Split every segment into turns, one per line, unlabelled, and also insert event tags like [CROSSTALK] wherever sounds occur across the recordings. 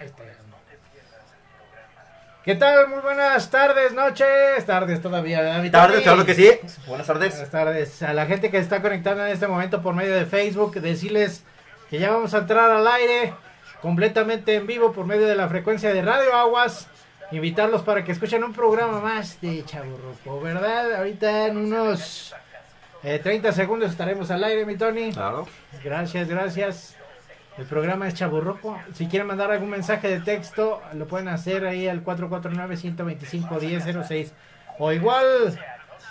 Este, no. ¿Qué tal? Muy buenas tardes, noches, tardes todavía. ¿verdad, mi
Tardes,
Tony?
claro que sí. Buenas tardes.
Buenas tardes. A la gente que está conectando en este momento por medio de Facebook, decirles que ya vamos a entrar al aire completamente en vivo por medio de la frecuencia de Radio Aguas. Invitarlos para que escuchen un programa más de Chaburruco, ¿verdad? Ahorita en unos eh, 30 segundos estaremos al aire, mi Tony.
Claro.
Gracias, gracias. El programa es Chaburroco. Si quieren mandar algún mensaje de texto, lo pueden hacer ahí al 449-125-1006. O igual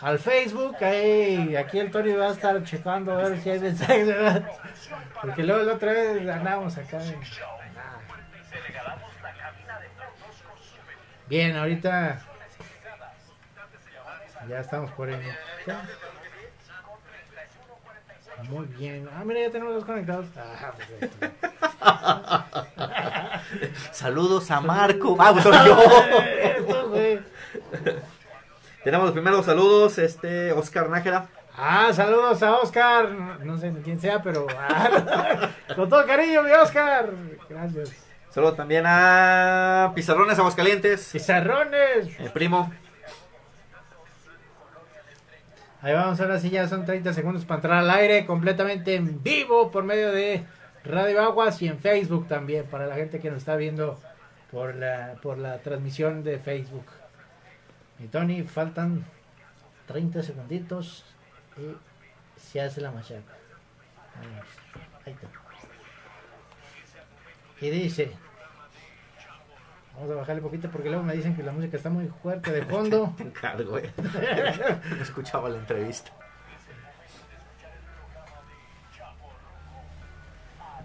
al Facebook. Ahí, aquí el Tony va a estar checando a ver si hay mensajes, ¿verdad? Porque luego la otra vez andábamos acá. en- Bien, ahorita. Ya estamos por ahí. ¿Ya? Muy bien. Ah, mira, ya tenemos dos conectados. Ah, perfecto.
Saludos a Marco. Ah, pues soy yo.
Esto, güey.
[LAUGHS] Tenemos los primeros saludos, este, Oscar Nájera.
Ah, saludos a Oscar. No sé ni quién sea, pero. ah, [LAUGHS] con todo cariño, mi Oscar. Gracias.
Saludos también a Pizarrones Aguascalientes.
Pizarrones.
El primo.
Ahí vamos, ahora sí ya son 30 segundos para entrar al aire completamente en vivo por medio de Radio Aguas y en Facebook también, para la gente que nos está viendo por la, por la transmisión de Facebook. Y Tony, faltan 30 segunditos y se hace la machaca. Vamos, ahí está. Y dice, vamos a bajarle poquito porque luego me dicen que la música está muy fuerte de
[LAUGHS]
fondo.
[LAUGHS] Te encargo, güey. No escuchaba la entrevista.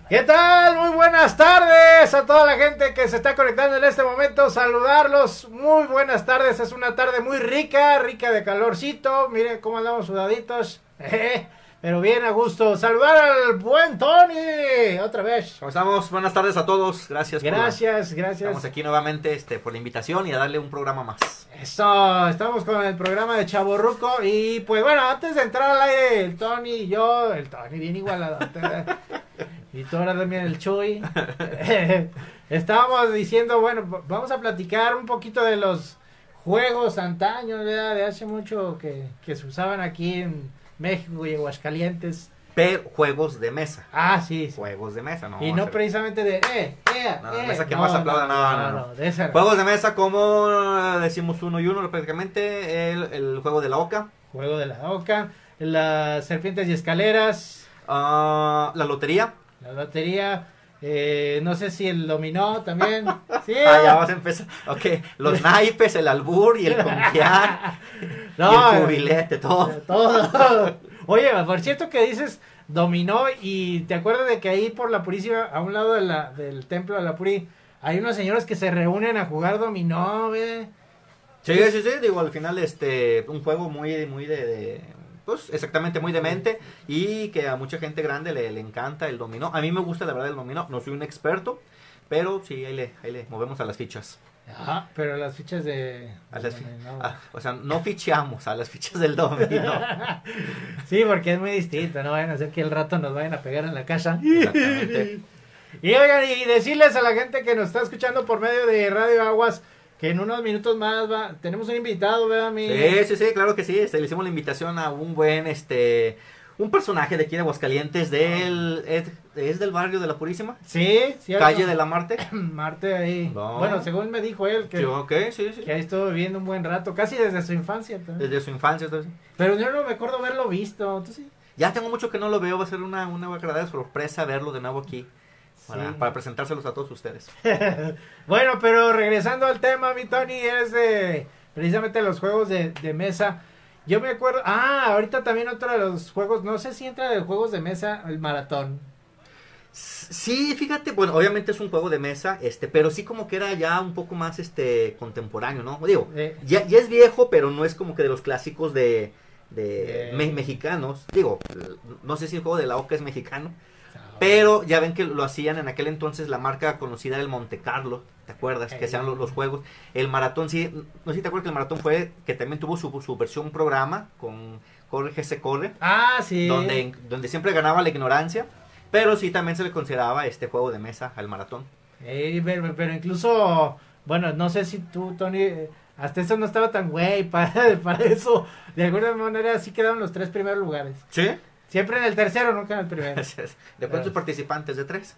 ¿Qué tal? Muy buenas tardes a toda la gente que se está conectando en este momento. Saludarlos. Muy buenas tardes. Es una tarde muy rica, rica de calorcito. Miren cómo andamos sudaditos. [LAUGHS] eh, Pero bien a gusto. Saludar al buen Tony. Otra vez.
¿Cómo estamos? Buenas tardes a todos. Gracias. por la-
Gracias, gracias.
Estamos aquí nuevamente este, por la invitación y a darle un programa más.
Eso, estamos con el programa de Chavo Ruco y pues bueno, antes de entrar al aire, el Tony y yo, el Tony bien igualado, y tú ahora también el Chuy, [LAUGHS] estábamos diciendo, bueno, v- vamos a platicar un poquito de los juegos antaños, ¿verdad? de hace mucho que, que se usaban aquí en México y Aguascalientes.
Pero juegos de mesa.
Ah, sí, sí.
Juegos de mesa, ¿no?
y
O
no
sea,
precisamente de, eh, eh,
No,
eh.
mesa que más aplauda, no, no, no.
de esa no.
Juegos de mesa como eh, decimos uno y uno prácticamente, el, el juego de la oca,
Juego de la Oca, las serpientes y escaleras,
ah, la lotería.
la lotería, eh, no sé si el dominó también. Sí,
[LAUGHS] Ah, ya vas a empezar. Ok, los naipes, el albur y el [LAUGHS] confiar y el
no,
cubilete,
eh,
todo.
todo. [LAUGHS] Oye, por cierto que dices dominó y te acuerdas de que ahí por la Purísima, a un lado de la, del templo de la Puri, hay unos señores que se reúnen a jugar dominó, ve.
Sí, sí, sí, digo, al final este, un juego muy, muy de, de- pues exactamente muy demente y que a mucha gente grande le, le encanta el dominó. A mí me gusta la verdad el dominó, no soy un experto, pero sí, ahí le, ahí le movemos a las fichas.
Ajá, Ah, pero las fichas de...
A Ah, las fi-
dominó.
a- o sea, no fichamos a las fichas del dominó.
Sí, porque es muy distinto, no vayan a hacer que el rato nos vayan a pegar en la casa.
[LAUGHS] Exactamente.
Y oigan, y decirles a la gente que nos está escuchando por medio de Radio Aguas que en unos minutos más va, tenemos un invitado, ¿verdad, mi?
Sí, sí, sí, claro que sí. este, le hicimos la invitación a un buen, este, un personaje de aquí de Aguascalientes, del, es, es del barrio de la Purísima,
Sí, cierto.
calle de la Marte.
[CLEARS THROAT] Marte ahí.
No.
Bueno, según me dijo él, que,
Sí, ok, sí, sí.
que ahí estuvo viviendo un buen rato, casi desde su infancia. ¿no?
Desde su infancia. todo eso.
Pero yo no me acuerdo haberlo visto, ¿tú sí?
Ya tengo mucho que no lo veo, va a ser una, una agradable sorpresa verlo de nuevo aquí. Para,
Sí. [LAUGHS]
para presentárselos a todos ustedes.
Bueno, pero regresando al tema, mi Tony, es de precisamente los juegos de, de mesa. Yo me acuerdo, ah, ahorita también otro de los juegos, no sé si entra de juegos de mesa el maratón.
S- Sí, fíjate, bueno, obviamente es un juego de mesa, este, pero sí como que era ya un poco más este contemporáneo, ¿no? Digo,
Eh,
Ya, ya es viejo, pero no es como que de los clásicos de, de
Eh.
me- mexicanos. Digo, no sé si el juego de la Oca es mexicano, Ah. pero ya ven que lo hacían en aquel entonces la marca conocida del Monte Carlo, ¿te acuerdas? Que
Eh.
sean los, los juegos. El maratón, sí, no sé si te acuerdas que el maratón fue, que también tuvo su, su versión programa con Jorge Se Corre,
Ah, sí.
donde, donde siempre ganaba la ignorancia, pero sí también se le consideraba este juego de mesa al maratón.
Eh, pero, pero incluso, bueno, no sé si tú, Tony, eh, hasta eso no estaba tan güey [LAUGHS] para, para eso. De alguna manera sí quedaron los tres primeros lugares.
[LAUGHS] ¿Sí?
Siempre en el tercero, nunca en el
[LAUGHS]
primero.
¿De cuántos participantes? ¿De tres?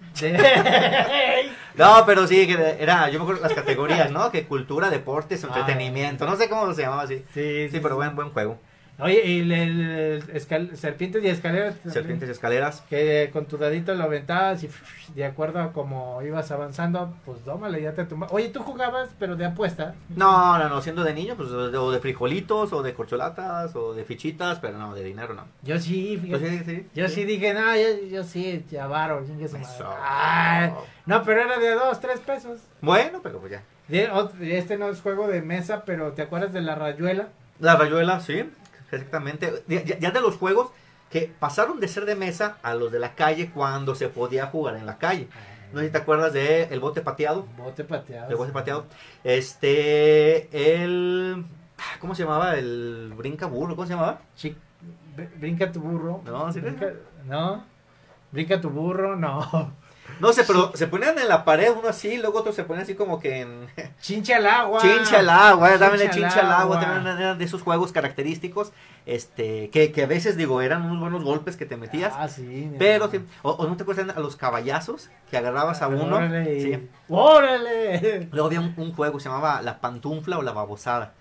De-
No, pero sí, que era, yo me acuerdo las categorías, ¿no? Que cultura, deportes, entretenimiento, no sé cómo se llamaba así.
sí,
Sí, pero buen, buen juego.
Oye, y el, el escal- serpientes y escaleras. también,
Serpientes y escaleras.
Que con tu dadito lo aventabas y [LAUGHS] de acuerdo a cómo ibas avanzando, pues dómale, ya te tumbas. Oye, tú jugabas, pero de apuesta.
No, no, no, siendo de niño, pues o de frijolitos, o de corcholatas, o de fichitas, pero no, de dinero no.
Yo sí, fíjate.
Entonces, sí, sí.
Yo sí dije, no, yo, yo sí, ya varo, chingue su madre.
Eso.
Ay, no, pero era de dos, tres pesos.
Bueno, pero pues ya.
De- ot- Este no es juego de mesa, pero ¿te acuerdas de la rayuela?
La rayuela, sí, exactamente. Ya, ya- ya de los juegos que pasaron de ser de mesa a los de la calle cuando se podía jugar en la calle. No sé si te acuerdas de el bote pateado.
Bote pateado.
El bote pateado. Este, el... ah, ¿Cómo se llamaba? El brinca burro, ¿cómo se llamaba?
Chi- br- brinca tu burro.
No, sí,
brinca, no. Brinca tu burro, no. [LAUGHS]
No sé, pero se ponían en la pared uno así, luego otro se ponía así como que en...
Chincha al agua.
Chincha al agua, también el
Chincha al
chincha al agua,
agua.
también eran de esos juegos característicos, este, que, que a veces, digo, eran unos buenos golpes que te metías.
Ah, sí. no.
Pero, sí, o, o no te acuerdas a los caballazos que agarrabas
Ah,
a uno.
Órale.
sí.
Órale. [LAUGHS]
Luego había un, un juego que se llamaba la pantufla o la babosada.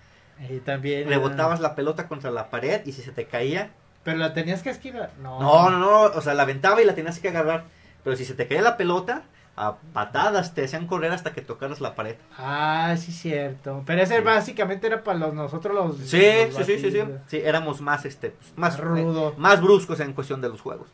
Y también.
Rebotabas la pelota contra la pared y si se te caía.
Pero la tenías que esquivar. No.
No, no, no, o sea, la aventaba y la tenías que agarrar. Pero si se te caía la pelota, a patadas te hacían correr hasta que tocaras la pared.
Ah, sí, cierto. Pero ese
Sí.
básicamente era para los, nosotros los.
Sí,
los
sí, sí, sí, sí.
batidos.
Sí, éramos más, este, pues, más,
Rudo.
eh, más bruscos en cuestión de los juegos.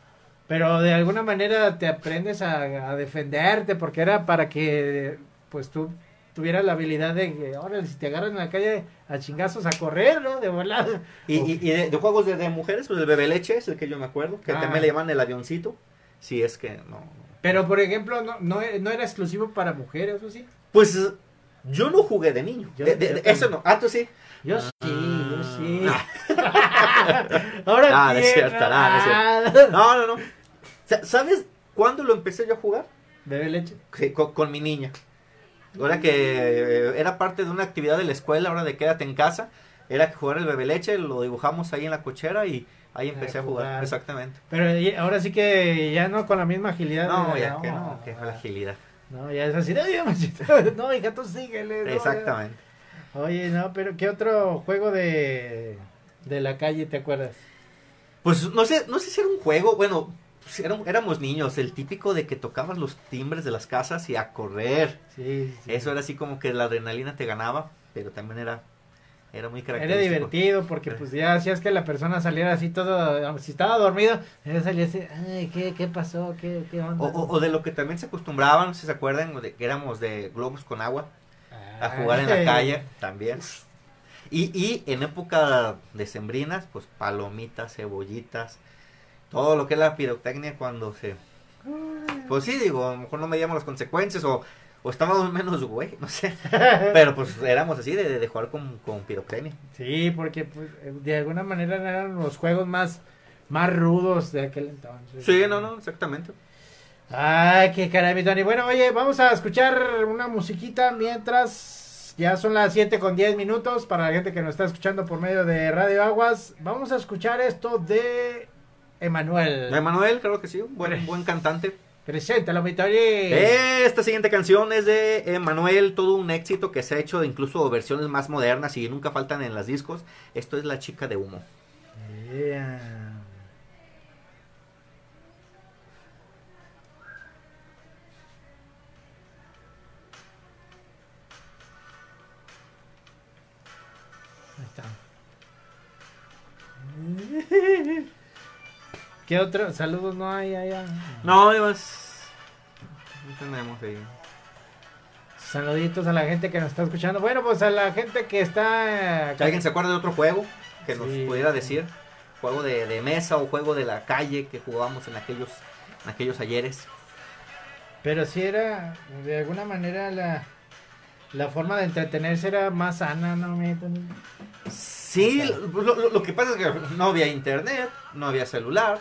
Pero de alguna manera te aprendes a, a defenderte porque era para que pues tú tuvieras la habilidad de que, órale, si te agarran en la calle a chingazos a correr, ¿no? De volada.
Y,
Ok.
y- y de, de juegos de, de mujeres, pues el bebé leche es el que yo me acuerdo, que
Ah.
también le llaman el avioncito. Si es que no.
Pero por ejemplo, no, no, no era exclusivo para mujeres, ¿o sí?
Pues yo no jugué de niño.
Yo-
De- de-
yo
de-
también.
eso no. Ah, tú sí.
Yo sí, yo
[LAUGHS]
sí. Ahora
Ah, no es cierto, no, no es
ah,
No, no, no. Sa- ¿Sabes cuándo lo empecé yo a jugar?
Bebe leche.
Sí, con, con mi niña. Ahora que eh, era parte de una actividad de la escuela, ahora de quédate en casa, era jugar el bebé leche, lo dibujamos ahí en la cochera y ahí empecé
A
a jugar.
jugar.
Exactamente.
Pero y- ahora sí que ya no con la misma agilidad.
No,
de-
ya que no, que la agilidad.
No, ya es así. "Ay, ya, machito". [LAUGHS] No, hija, tú síguele. no, ya.
Exactamente.
Oye, no, pero ¿qué otro juego de, de la calle te acuerdas?
Pues no sé, no sé si era un juego, bueno, pues, era un- éramos niños, el típico de que tocabas los timbres de las casas y a correr.
Sí, sí.
Eso era así como que la adrenalina te ganaba, pero también era, era muy
Era
característico.
divertido porque pues ya hacías que la persona saliera así todo, si estaba dormido, ya salía así, ay, ¿qué, qué pasó? ¿Qué, qué onda?
O, o- o de lo que también se acostumbraban, no sé si se acuerdan, de que éramos de globos con agua a jugar en la
Ay.
calle también. Y, y en época decembrinas, pues palomitas, cebollitas, todo lo que es la pirotecnia cuando se... Pues sí, digo, a lo mejor no medíamos las consecuencias o, o estábamos menos güey, no sé. Pero pues éramos así de, de jugar con, con pirotecnia.
Sí, porque pues, de alguna manera eran los juegos más, más rudos de aquel entonces.
Sí, no, no, exactamente.
Ay, qué caray, mi Tony. Bueno, oye, vamos a escuchar una musiquita mientras ya son las 7 con 10 minutos para la gente que nos está escuchando por medio de Radio Aguas. Vamos a escuchar esto de Emanuel.
Emanuel, claro que sí, un buen, buen cantante.
Preséntalo, mi Tony.
Eh, Esta siguiente canción es de Emanuel, todo un éxito que se ha hecho incluso versiones más modernas y nunca faltan en las discos. Esto es La Chica de Humo.
Yeah. Ahí está. [LAUGHS] ¿Qué otro? Saludos no hay allá.
No, es... No tenemos ahí.
Saluditos a la gente que nos está escuchando. Bueno, pues a la gente que está.
Si alguien se acuerda de otro juego que nos
Sí.
pudiera decir, juego de, de mesa o juego de la calle que jugábamos en aquellos, en aquellos ayeres.
Pero sí era, de alguna manera, la, la forma de entretenerse era más sana, ¿no? mi Tony?
Sí, lo, lo- lo que pasa es que no había internet, no había celular.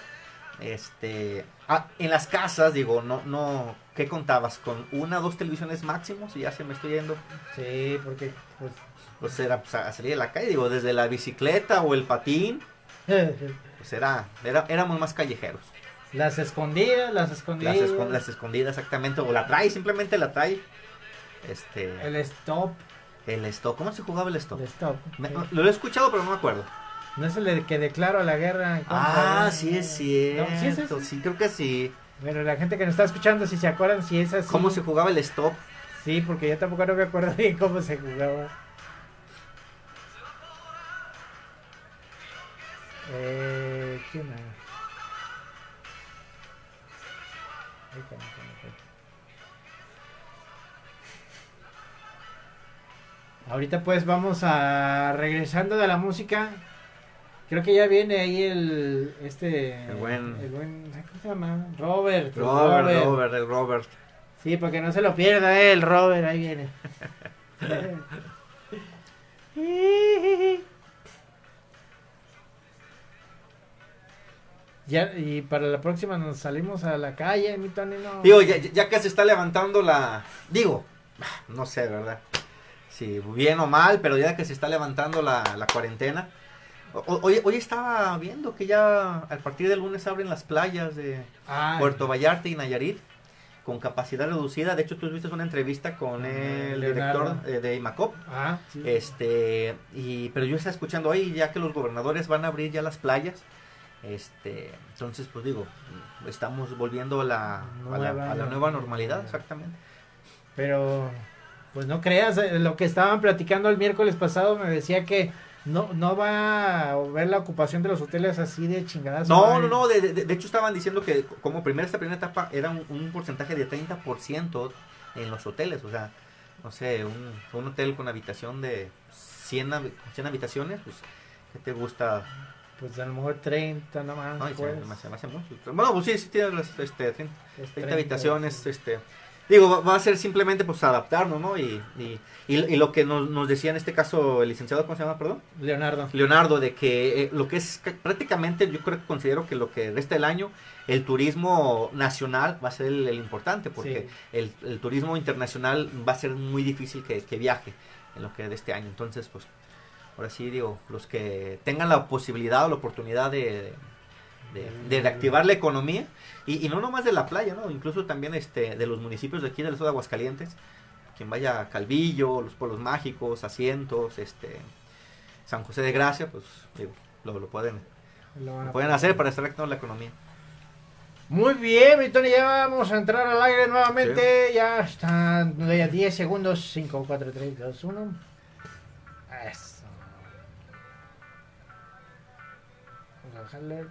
Este, ah, en las casas, digo, no, no, que- ¿Qué contabas? ¿Con una o dos televisiones máximo? Si ya se me estoy yendo.
Sí, porque pues, [LAUGHS]
Pues era pues, a salir de la calle, digo, desde la bicicleta o el patín. Pues era, era éramos más callejeros.
las escondidas, las
Las,
escondidas.
escon- las escondidas, exactamente. O la trae, simplemente la trae. Este.
El stop.
El stop. ¿Cómo se jugaba el stop?
El este. stop.
Me-
sí.
lo he escuchado, pero no me acuerdo.
No es el de que declaró la guerra. en contra
Ah,
de-
sí es
No, sí es
cierto.
ese.
Sí, creo que sí.
Bueno, la gente que nos está escuchando, si se acuerdan, si es así.
¿Cómo se jugaba el stop?
Sí, porque yo tampoco no me acuerdo bien cómo se jugaba. Eh, ¿Quién era? Ahí está, ahí está, ahí está. Ahorita pues vamos a regresando de la música. Creo que ya viene ahí el este
El buen-
el buen- ¿cómo se llama? Robert,
Robert, Robert, el Robert.
Sí, porque no se lo pierda eh, el Robert, ahí viene. [LAUGHS] ya, y para la próxima nos salimos a la calle, mi Tony no.
Digo, ya, ya que se está levantando la. Digo, no sé, ¿verdad? Si bien o mal, pero ya que se está levantando la, la cuarentena. O- o- Hoy, hoy estaba viendo que ya al partir del lunes abren las playas de
Ah,
Puerto Vallarta y Nayarit con capacidad reducida. De hecho, tú viste una entrevista con el
Ah, Leonardo.
director eh, de IMACOP.
Ah, sí.
Este, y, pero yo estaba escuchando hoy ya que los gobernadores van a abrir ya las playas. Este, entonces, pues digo, estamos volviendo a la, a la- a la
Nueva
nueva normalidad,
normalidad.
exactamente.
Pero, pues no creas, eh, lo que estaban platicando el miércoles pasado me decía que no, no va a ver la ocupación de los hoteles así de chingadas.
No,
madre.
no, no, de, de- de hecho estaban diciendo que como primera, esta primera etapa era un, un porcentaje de 30% en los hoteles, o sea, no sé, un, un hotel con habitación de 100, habi- 100 habitaciones, pues, ¿qué te gusta?
Pues a lo mejor 30 nomás.
No, y se,
pues,
me hace- me hace mucho. Bueno, pues sí, sí tienes las, este, 30.
es
30 habitaciones, este... Digo, va, va a ser simplemente pues adaptarnos, ¿no? Y, y, y, y lo que nos, nos decía en este caso el licenciado, ¿cómo se llama? Perdón.
Leonardo.
Leonardo, de que eh, lo que es ca- prácticamente, yo creo que considero que lo que resta del año, el turismo nacional va a ser el, el importante, porque
Sí.
el, el turismo internacional va a ser muy difícil que, que viaje en lo que de este año. Entonces, pues, ahora sí digo, los que tengan la posibilidad o la oportunidad de, de, de reactivar la economía, y, y no nomás de la playa, ¿no? Incluso también este, de los municipios de aquí del sur de Aguascalientes, quien vaya a Calvillo, los pueblos mágicos, asientos, este, San José de Gracia, pues, digo, lo, lo pueden,
Lo van
lo
a
pueden
poner.
hacer para estar reactivando la economía.
Muy bien, mi Tony, ya vamos a entrar al aire nuevamente. Ya están ya 10 segundos. 5, 4, 3, 2, 1. Eso. Vamos a bajarle.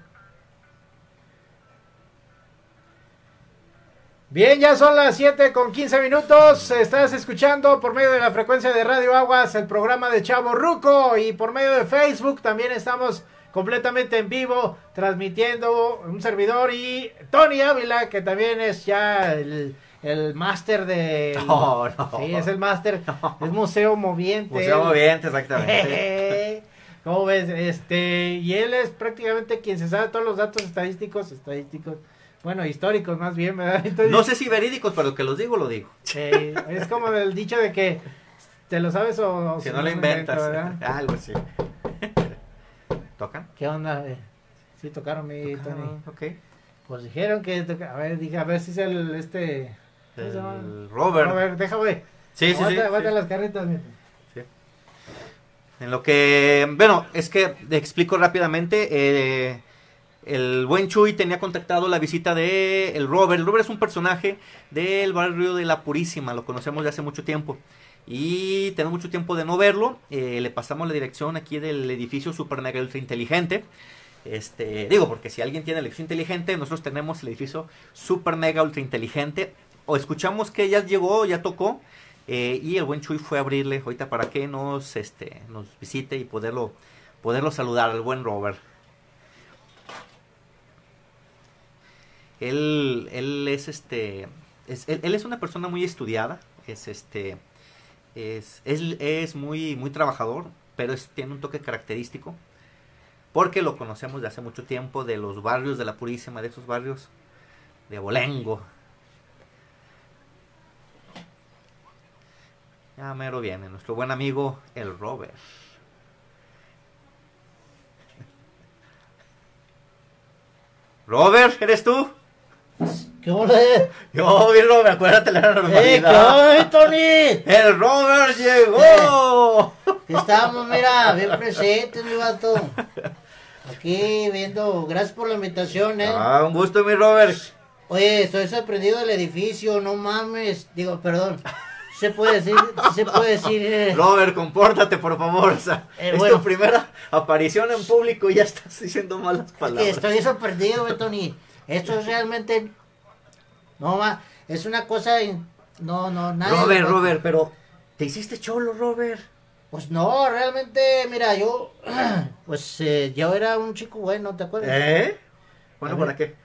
Bien, ya son las 7 con 15 minutos. Estás escuchando por medio de la frecuencia de Radio Aguas el programa de Chavo Ruco y por medio de Facebook también estamos completamente en vivo transmitiendo un servidor y Tony Ávila que también es ya el, el máster
[LAUGHS]
de...
No, no. pues,
Sí,
[LAUGHS]
es el máster. Es Museo Moviente.
Museo
[LAUGHS]
Moviente, exactamente.
¿Cómo ves? Este, y él es prácticamente quien se sabe todos los datos estadísticos, estadísticos, bueno, históricos más bien, ¿verdad? [LAUGHS] Entonces,
No sé si verídicos, pero lo que los digo, lo digo.
eh, es como el dicho de que te lo sabes o, o si
Si no lo
me invento,
inventas,
¿verdad?
[LAUGHS]
[LAUGHS]
algo así. ¿Tocan?
¿Qué onda? eh? Sí, tocaron mi Tony.
Ok.
Pues dijeron que, toca- a ver, dije, a ver si es el, este, ¿cómo se llama?
El
A
Robert.
ver, deja, güey.
Sí, sí, sí.
Aguanta- aguanta
sí.
las carretas, mi-
En lo que, bueno, es que te explico rápidamente. eh, el buen Chuy tenía contactado la visita de el Robert. El Robert es un personaje del barrio de La Purísima, lo conocemos de hace mucho tiempo. Y tenemos mucho tiempo de no verlo. eh, le pasamos la dirección aquí del edificio Super Mega Ultra Inteligente. Este, digo, porque si alguien tiene el edificio inteligente, nosotros tenemos el edificio Super Mega Ultra Inteligente. O escuchamos que ya llegó, ya tocó. Eh, y el buen Chuy fue a abrirle ahorita para que nos, este, nos visite y poderlo, poderlo saludar al buen Robert. Él, él es este. es- él, él es una persona muy estudiada. Es este. Es, es, es muy, muy trabajador, pero es- tiene un toque característico. Porque lo conocemos de hace mucho tiempo, de los barrios de la Purísima, de esos barrios de abolengo Ya mero viene nuestro buen amigo el Robert. Robert, ¿eres tú?
¿Qué onda? eh?
Yo, mi Robert, acuérdate la
¡Eh, qué
normalidad.
onda, mi Tony!
¡El Robert llegó!
Aquí Estamos, mira, bien presentes, mi vato. Aquí viendo, gracias por la invitación, eh.
Ah, un gusto, mi Robert.
Oye, estoy sorprendido del edificio, no mames. Digo, perdón. Se puede decir, se puede decir. eh,
Robert, compórtate, por favor. o sea,
Eh,
es
bueno.
tu primera aparición en público y ya estás diciendo malas
que
palabras.
estoy sorprendido, güey, Tony. Esto es realmente. No ma, es una cosa. in- No, no, nada.
Robert, Robert, pero te hiciste cholo, Robert.
Pues no, realmente, mira, yo. [CLEARS THROAT] Pues eh, yo era un chico bueno, ¿te acuerdas?
¿Eh? Bueno,
A ver.
¿para qué?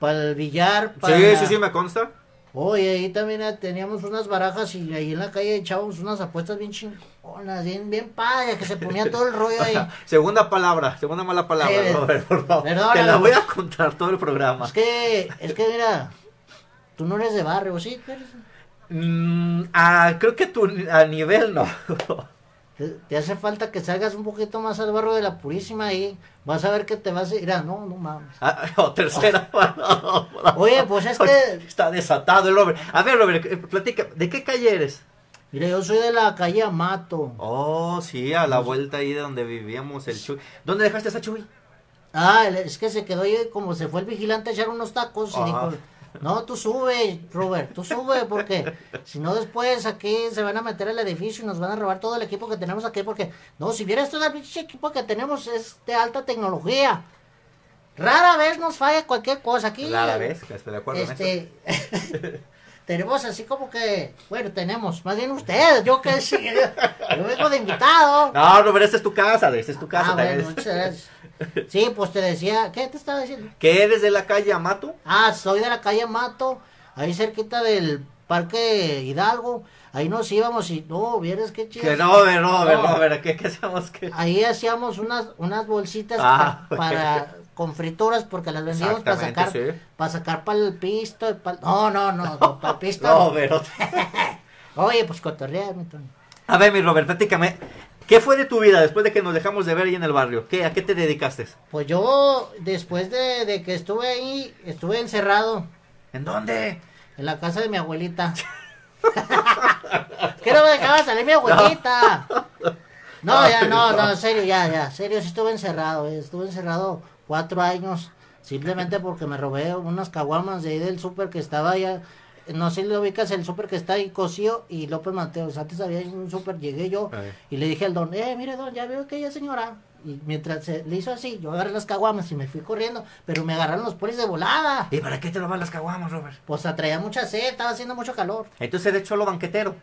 Para el billar, para.
Sí, sí, sí, me consta.
Oye, ahí también eh, teníamos unas barajas y ahí en la calle echábamos unas apuestas bien chingonas, bien, bien padres, que se ponía todo el
[LAUGHS]
rollo ahí.
Segunda palabra, segunda mala palabra,
Eh,
Robert, por favor.
perdóname.
Te la voy a contar todo el programa.
Es que, es que mira, tú no eres de barrio, ¿sí? ¿Tú eres?
Mm, ah, creo que tu a nivel no.
Te, te hace falta que salgas un poquito más al barrio de la Purísima ahí. Vas a ver que te vas a ir a... No,
[LAUGHS]
no mames.
Ah, o tercera [LAUGHS] palabra.
Oye, pues es
[LAUGHS]
que...
Está desatado el Robert. A ver, Robert, eh, platica, ¿de qué calle eres?
Mira, yo soy de la calle Amato.
Oh, sí, a la vuelta ahí de donde vivíamos el Chuy. ¿Dónde dejaste esa Chuy?
Ah, el- es que se quedó ahí como se fue el vigilante a echar unos tacos y
Ajá.
dijo... No, tú sube, Robert, tú sube, porque si no después aquí se van a meter al edificio y nos van a robar todo el equipo que tenemos aquí, porque no, si vieras todo el pinche equipo que tenemos es de alta tecnología. Rara vez nos falla cualquier cosa aquí.
Rara vez, que estoy de acuerdo en eso.
Este,
[LAUGHS]
tenemos así como que, bueno, tenemos, más bien ustedes, yo que sí, yo vengo de invitado.
No, Robert, esta es tu casa, esta es tu casa.
ah,
también.
bueno, muchas gracias. Sí, pues te decía, ¿qué te estaba diciendo?
¿Qué eres de la calle Amato?
Ah, soy de la calle Mato, ahí cerquita del Parque Hidalgo, ahí nos íbamos y, no, vieres qué chido.
Que Robert, Robert,
No.
Robert, ¿qué, qué hacemos? ¿Qué?
Ahí hacíamos unas, unas bolsitas
Ah,
pa- para con frituras porque las vendíamos para sacar
Exactamente, sí.
para sacar para el pisto y pa'l- no no no,
[LAUGHS]
no para el pisto no.
Robert, otra-
Oye, pues cotorreame, Tony.
A ver, mi Robert, platícame. ¿Qué fue de tu vida después de que nos dejamos de ver ahí en el barrio? ¿Qué, ¿A qué te dedicaste?
Pues yo, después de, de que estuve ahí, estuve encerrado
¿En dónde?
en la casa de mi abuelita. [LAUGHS] que no me dejaba salir mi abuelita. No,
No,
ya, no,
no.
no, en serio, ya, ya, en serio, sí estuve encerrado. eh, Estuve encerrado cuatro años simplemente porque me robé unas caguamas de ahí del súper que estaba allá. No sé si lo ubicas, el súper que está ahí, Cosío y López Mateos. Antes había un súper, llegué yo. Y le dije al don, eh, mire don, ya veo aquella señora. Y mientras se le hizo así, yo agarré las caguamas y me fui corriendo, pero me agarraron los polis de volada.
¿Y para qué te roban las caguamas, Robert?
Pues atraía mucha sed, estaba haciendo mucho calor.
Entonces eres cholo banquetero.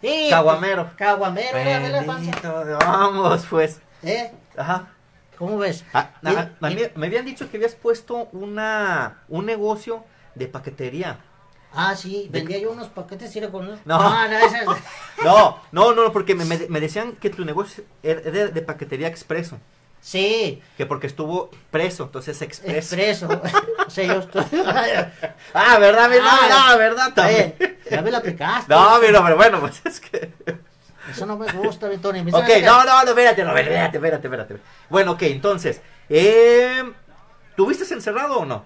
Sí,
Caguamero.
pues, caguamero, era de la panza.
Bendito, vamos, pues.
¿Eh?
Ajá.
¿Cómo ves?
Ah,
Y-
ah, ah,
y-
me, me habían dicho que habías puesto una un negocio de paquetería.
Ah, sí, vendía yo unos paquetes y era con unos...
No.
Ah, no, esa es-
No, no, no, porque me, me- me decían que tu negocio era de, de paquetería expreso, [LAUGHS]
Sí,
que porque estuvo preso, entonces expreso.
expreso. [LAUGHS] o sea, yo estoy... [LAUGHS]
ah, verdad, mi
Ah,
Robert? ah, verdad también.
Eh, ya me la aplicaste.
No, mi Robert, bueno, pues es que
Eso no me gusta, mi Tony. A mí se me
Ok,
hace que-
no, no, no, espérate, Robert, espérate, espérate, espérate. Bueno, ok, entonces, eh, ¿tuviste encerrado o no?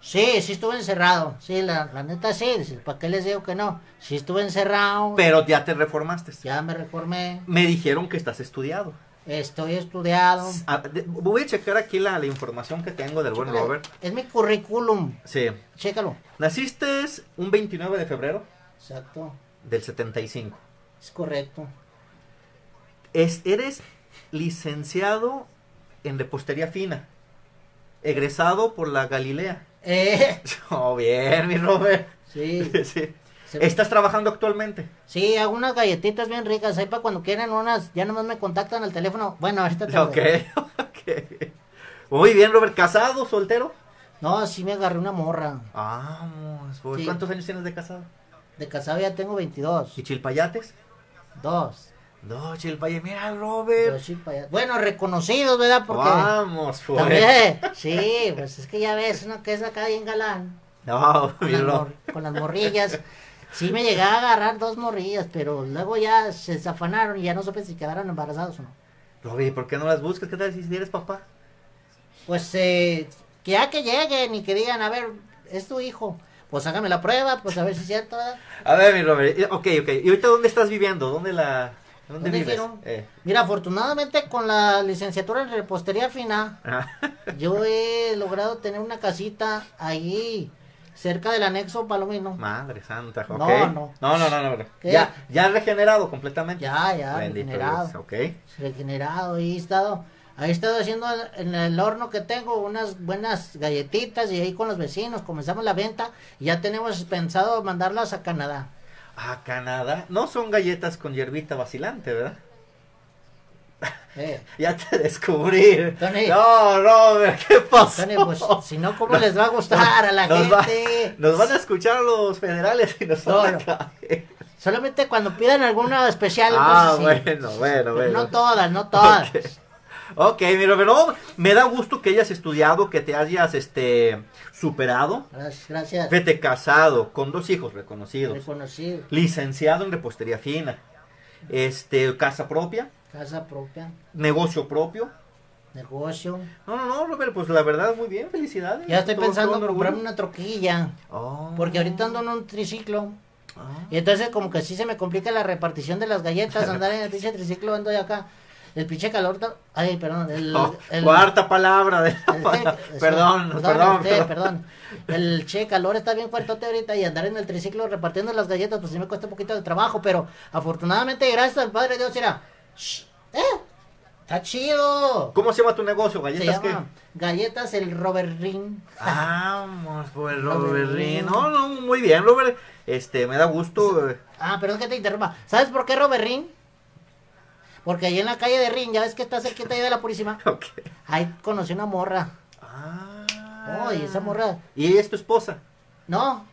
Sí, sí estuve encerrado. Sí, la, la neta sí. ¿Para qué les digo que no? Sí estuve encerrado.
Pero ya te reformaste.
Ya me reformé.
Me dijeron que estás estudiado.
Estoy estudiado.
Ah, de- voy a checar aquí la, la información que tengo del buen Robert.
Es mi currículum.
Sí.
Chécalo.
Naciste un 29 de febrero
Exacto.
del 75.
Es correcto. [LAUGHS]
Es, eres licenciado en repostería fina. Egresado por la Galilea. [LAUGHS]
Eh,
Oh, bien, mi Robert.
sí.
[LAUGHS] Sí.
Se-
¿Estás trabajando actualmente?
Sí, hago unas galletitas bien ricas. Ahí para cuando quieran unas, ya nomás me contactan al teléfono. Bueno, ahorita te lo
[LAUGHS] Ok,
digo.
ok. Muy bien, Robert. ¿Casado, soltero?
No, sí me agarré una morra.
Vamos, voy.
Sí.
¿Cuántos años tienes de casado?
De casado ya tengo 22.
¿Y chilpayates?
Dos.
No, chilpayates. Mira, Robert.
Dos sí para allá. Bueno, reconocidos, ¿verdad? Porque...
Vamos, pues.
También, sí, pues es que ya ves, uno que es acá bien galán,
No,
con
mi
las,
Robert.
mor- con las morrillas. Sí me llegaba a agarrar dos morrillas, pero luego ya se desafanaron y ya no supe si quedaron embarazados o no.
Robbie, ¿por qué no las buscas? ¿Qué tal si eres papá?
Pues eh, que ya que lleguen y que digan, a ver, es tu hijo, pues hágame la prueba, pues a ver si es cierto. ¿verdad?
A ver, mi Robert, eh, ok, ok. ¿Y ahorita dónde estás viviendo? ¿Dónde la... ¿Dónde,
¿Dónde
vives?
quiero?
Eh.
Mira, afortunadamente con la licenciatura en repostería fina,
ah,
yo he logrado tener una casita ahí, cerca del anexo Palomino.
Madre santa, ok.
No, no.
no, no, no, no, no.
¿Qué?
Ya, ya regenerado completamente.
Ya, ya,
Bendito
regenerado.
Dios, ok.
regenerado y he estado, ahí he estado haciendo en el horno que tengo unas buenas galletitas y ahí con los vecinos comenzamos la venta y ya tenemos pensado mandarlas a Canadá.
A Ah, Canadá. No son galletas con hierbita vacilante, ¿verdad?
Eh,
Ya te descubrí.
Tony.
No, Robert, ¿qué pasó?
Tony,
[LAUGHS]
pues, si no, ¿cómo les va a gustar a la
nos, va-
gente?
nos van a escuchar los federales y nos van
No,
a
no.
caer.
Solamente cuando pidan alguna especial.
Ah,
entonces sí.
bueno, bueno,
Pero
bueno.
No todas, no todas.
Ok. Ok, mi Robert, no, me da gusto que hayas estudiado, que te hayas este superado.
Gracias, gracias.
Vete casado, con dos hijos reconocidos.
Reconocido,
licenciado en repostería fina, este, casa propia,
casa propia,
negocio propio.
negocio.
No, no, no, Robert, pues la verdad, muy bien, felicidades.
Ya estoy
Todo-
pensando
todo
en
un
comprarme
orgullo.
una troquilla,
Oh.
porque ahorita ando en un triciclo.
Ah.
Y entonces como que sí se me complica la repartición de las galletas, andar en el pinche triciclo, ando de acá. El pinche calor, ta- ay, perdón, el...
Oh,
el-
Cuarta palabra de
el- pues, sí,
perdón, perdón, perdón,
usted, perdón. El che calor está bien fuertote ahorita y andar en el triciclo repartiendo las galletas, pues sí me cuesta un poquito de trabajo, pero afortunadamente, gracias al Padre Dios, mira, shh, eh, está chido.
¿Cómo se llama tu negocio?
Se
¿Galletas qué? Ah,
llama Galletas el Robertín.
Vamos, pues
Robert
Robert.
Rin.
No, no, muy bien, Robert. Este, me da gusto. eh, [LAUGHS]
Ah, perdón que te interrumpa. ¿Sabes por qué Robertín? Porque ahí en la calle de Rin, ya ves que está cerquita ahí de la Purísima.
ok.
Ahí conocí una morra.
Ah.
Ay, esa morra.
¿Y es tu esposa?
No,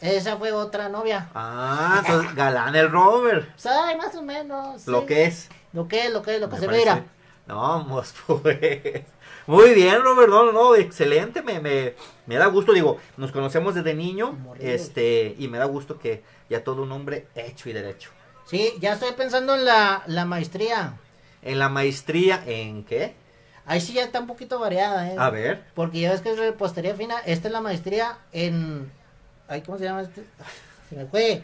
esa fue otra novia.
Ah, entonces, galán el Robert.
Pues, ay, más o menos. sí.
Lo que es.
Lo que es, lo que es, lo que
Me
se
parece.
Pues, mira.
No, pues, [LAUGHS] pues. Muy bien, Robert, no, no, excelente, me, me, me da gusto, digo, nos conocemos desde niño,
Morrillo.
este, y me da gusto que ya todo un hombre hecho y derecho.
Sí, ya estoy pensando en la, la maestría.
En la maestría, ¿en qué?
Ahí sí ya está un poquito variada, ¿eh?
A ver,
Porque ya ves que es repostería fina. Esta es la maestría en. Ay, ¿Cómo se llama este? Se me fue.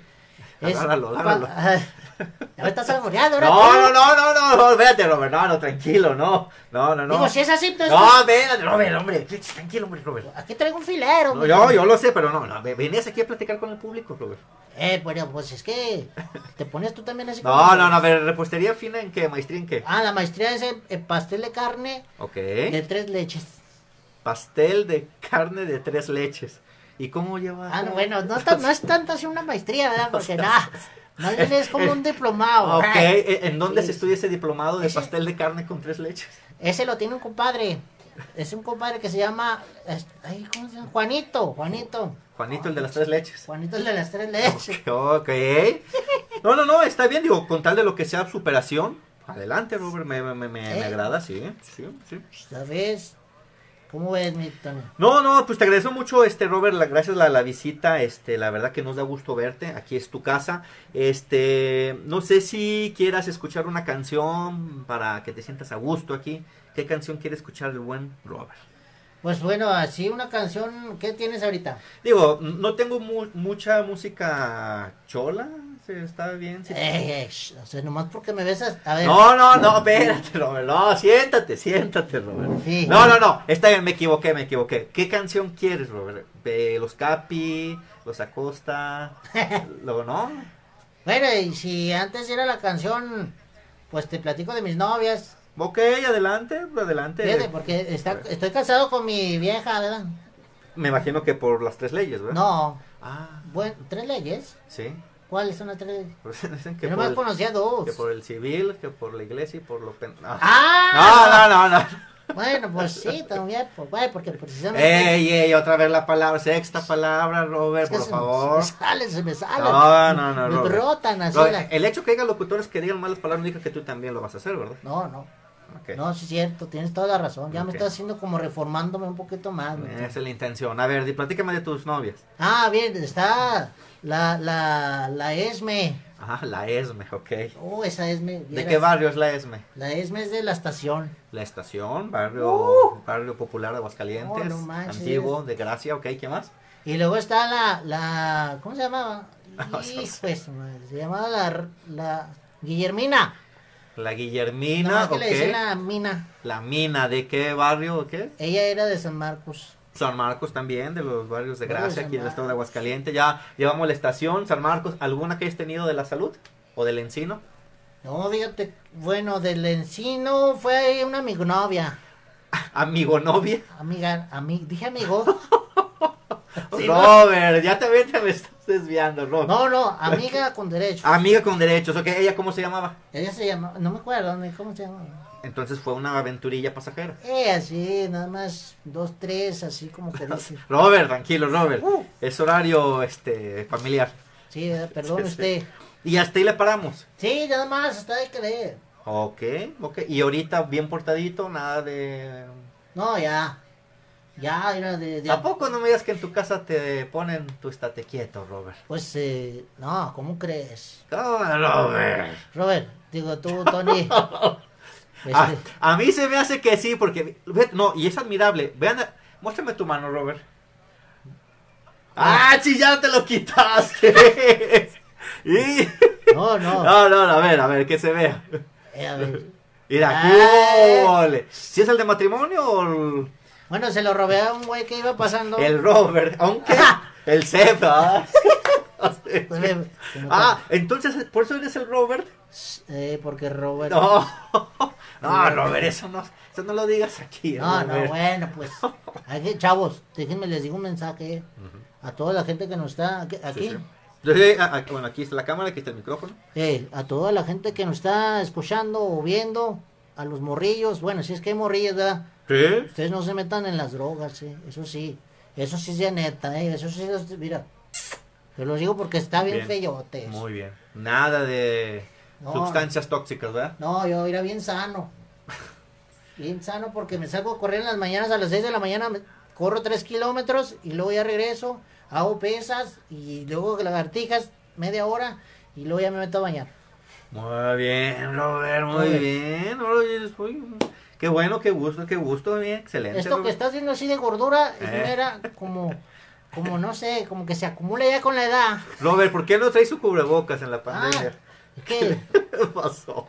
Agárralo, agárralo.
Ay, [LAUGHS] Ya me estás saboreando,
no,
ahora
no,
tú.
no, no, no, no, espérate, Robert, no, no, tranquilo, no, no, no, no,
Digo, si es así, entonces.
no, espérate, Robert, hombre, tranquilo, hombre, Robert,
Aquí traigo un filero.
No,
mijo.
yo, yo lo sé, pero no, no, venías aquí a platicar con el público, Robert.
Eh, pero pues es que. Te pones tú también así.
No,
como-
no, no, a ver, repostería fina, ¿en qué? ¿Maestría en qué?
Ah, la maestría es el, el pastel de carne
Ok.
de tres leches.
Pastel de carne de tres leches. ¿Y cómo lleva?
Ah, no, bueno, no, tan- no es tanto así una maestría, ¿verdad? Porque nada. No es como un diplomado.
Ok, ¿e- ¿en dónde
Ah, Sí.
se estudia ese diplomado
[LAUGHS]
de
Ese-
pastel de carne con tres leches?
Ese lo tiene un compadre. Es un compadre que se llama. es- ay, ¿cómo se llama? Juanito, Juanito.
Juanito, el de las tres leches.
Juanito es de las tres leches.
Ok. No, no, no, está bien, digo, con tal de lo que sea superación. Adelante, Robert, me, me, me, me
¿Eh?
agrada, sí, sí, sí.
¿Sabes? ¿Cómo ves, mi Tony?
No, no, pues te agradezco mucho, este, Robert, la, gracias la, la visita, este, la verdad que nos da gusto verte, aquí es tu casa, este, no sé si quieras escuchar una canción para que te sientas a gusto aquí, ¿qué canción quiere escuchar el buen Robert?
Pues bueno, así una canción. ¿Qué tienes ahorita?
Digo, n- no tengo mu- mucha música chola, se está bien, si-
Eh, eh, sh- o sea, nomás porque me besas. A ver.
No, no, no, espérate, Robert, no, siéntate, siéntate, Robert.
Sí.
No, no, no, está bien, me equivoqué, me equivoqué. ¿Qué canción quieres, Robert? Eh, los Capi, los Acosta,
[LAUGHS]
lo, ¿no?
Bueno, y si antes era la canción, pues te platico de mis novias.
Ok, adelante, adelante.
Fíjate, porque está, estoy casado con mi vieja, ¿verdad?
Me imagino que por las tres leyes, ¿verdad?
No.
Ah,
Bueno, ¿Tres leyes?
sí. [LAUGHS]
¿Cuáles son las tres leyes?
Pues dicen que, por
Yo nomás
el,
conocía dos.
que por el civil, que por la iglesia y por lo pen... No, no,
¡Ah!
no, no.
[LAUGHS]
no.
Bueno, pues sí, también, pues, güey, porque precisamente...
Ey, ey, otra vez la palabra, sexta palabra, Robert,
es que
por
se- [LAUGHS]
favor.
Se me salen, se me salen.
No, no, no,
Me
Robert.
brotan así
Robert,
las-
El hecho que haya locutores que digan malas palabras no indica que tú también lo vas a hacer, ¿verdad?
No, no,
Ok.
no, sí es cierto, tienes toda la razón. Ya
Ok.
me estás haciendo como reformándome un poquito más. güey.
Esa es la intención. A ver, di- platícame de tus novias.
Ah, bien, está... La, la, la ESME.
Ah, la ESME, ok.
Oh, esa ESME.
¿De
vieras.
qué barrio es la ESME?
La ESME es de la estación.
La estación, barrio, barrio popular de Aguascalientes,
¡Uh! Oh, No, no manches.
antiguo, de Gracia, ok, ¿qué más?
Y luego está la, la ¿cómo se llamaba?
[LAUGHS] No,
Hijo de su madre, se llamaba la, la Guillermina.
La
Nomás
Guillermina,
que
ok.
le decían la mina.
La mina, ¿de qué barrio? ¿Qué?
Ella era de San Marcos.
San Marcos también, de los barrios de
Barrio de
Gracia,
San
aquí del
Marcos.
estado de Aguascalientes. Ya llevamos la estación, San Marcos. ¿Alguna que hayas tenido de la salud? ¿O del encino?
No, fíjate, bueno, del encino fue ahí una amigo novia.
Amigo novia.
Amiga, ami, dije amigo.
[LAUGHS]
Sí,
Robert, ya también te me estás desviando, Robert.
No, no, amiga con derecho.
Amiga con derechos, ok. ¿Ella cómo se llamaba?
Ella se llama, no me acuerdo ni cómo se llama.
Entonces fue una aventurilla pasajera.
Ella sí, Eh, nada más dos, tres, así como que dice.
[LAUGHS] Robert, tranquilo, Robert.
Uh.
Es horario este familiar.
Sí, eh, perdón
Sí, sí.
usted.
Y hasta ahí le paramos.
Sí, nada más, está de creer.
Ok, ok. Y ahorita bien portadito, nada de...
No, ya. Ya, era de. de-
Tampoco no me digas que en tu casa te ponen tu estate quieto, Robert.
Pues, eh, no, ¿cómo crees?
Ah, Robert.
Robert, digo tú, Tony. Este,
[LAUGHS] Ah, a mí se me hace que sí, porque... ve- No, y es admirable. Vean, a- muéstrame tu mano, Robert. Ah, sí, ya te lo quitaste. [LAUGHS] Y-
No, no.
No, no, no, a ver, a ver, que se vea.
eh, a ver.
Mira,
Ay.
¡cole! ¿Si es el de matrimonio o el-
Bueno, se lo robé a un güey que iba pasando.
el Robert?
[LAUGHS]
Aunque el Seth, ¿ah?
Pues, me- se me-
[LAUGHS] Ah, entonces, ¿por eso eres el Robert?
Eh, porque Robert.
No, [LAUGHS] no, Robert, eso no, eso no lo digas aquí.
No, no,
Robert.
bueno,
[LAUGHS]
pues. hay que- chavos, déjenme les digo un mensaje eh, a toda la gente que nos está aquí.
Sí, sí. Yo sé, a- a- Bueno, aquí está la cámara, aquí está el micrófono.
Eh, a toda la gente que nos está escuchando o viendo, a los morrillos. Bueno, si es que hay morrillos, ¿verdad?
¿Qué?
Ustedes no se metan en las drogas, eh, eso sí. Eso sí es de neta, eh, eso sí es. Mira, te lo digo porque está bien,
Bien.
feyote. eso.
Muy bien. Nada de
No.
sustancias tóxicas, ¿verdad?
No, yo era
[LAUGHS]
bien sano. Bien sano porque me salgo a correr en las mañanas a las 6 de la mañana, me- corro 3 kilómetros y luego ya regreso, hago pesas y luego lagartijas media hora y luego ya me meto a bañar.
Muy bien, Robert, muy
Muy
bien. Oye, soy- Qué bueno, qué gusto, qué gusto, bien, excelente.
Esto que
Robert.
estás viendo así de gordura es
Eh.
mera como, como no sé, como que se acumula ya con la edad.
Robert, ¿por qué no traes su cubrebocas en la
Ah,
pandemia? [LAUGHS]
es que
¿Qué pasó?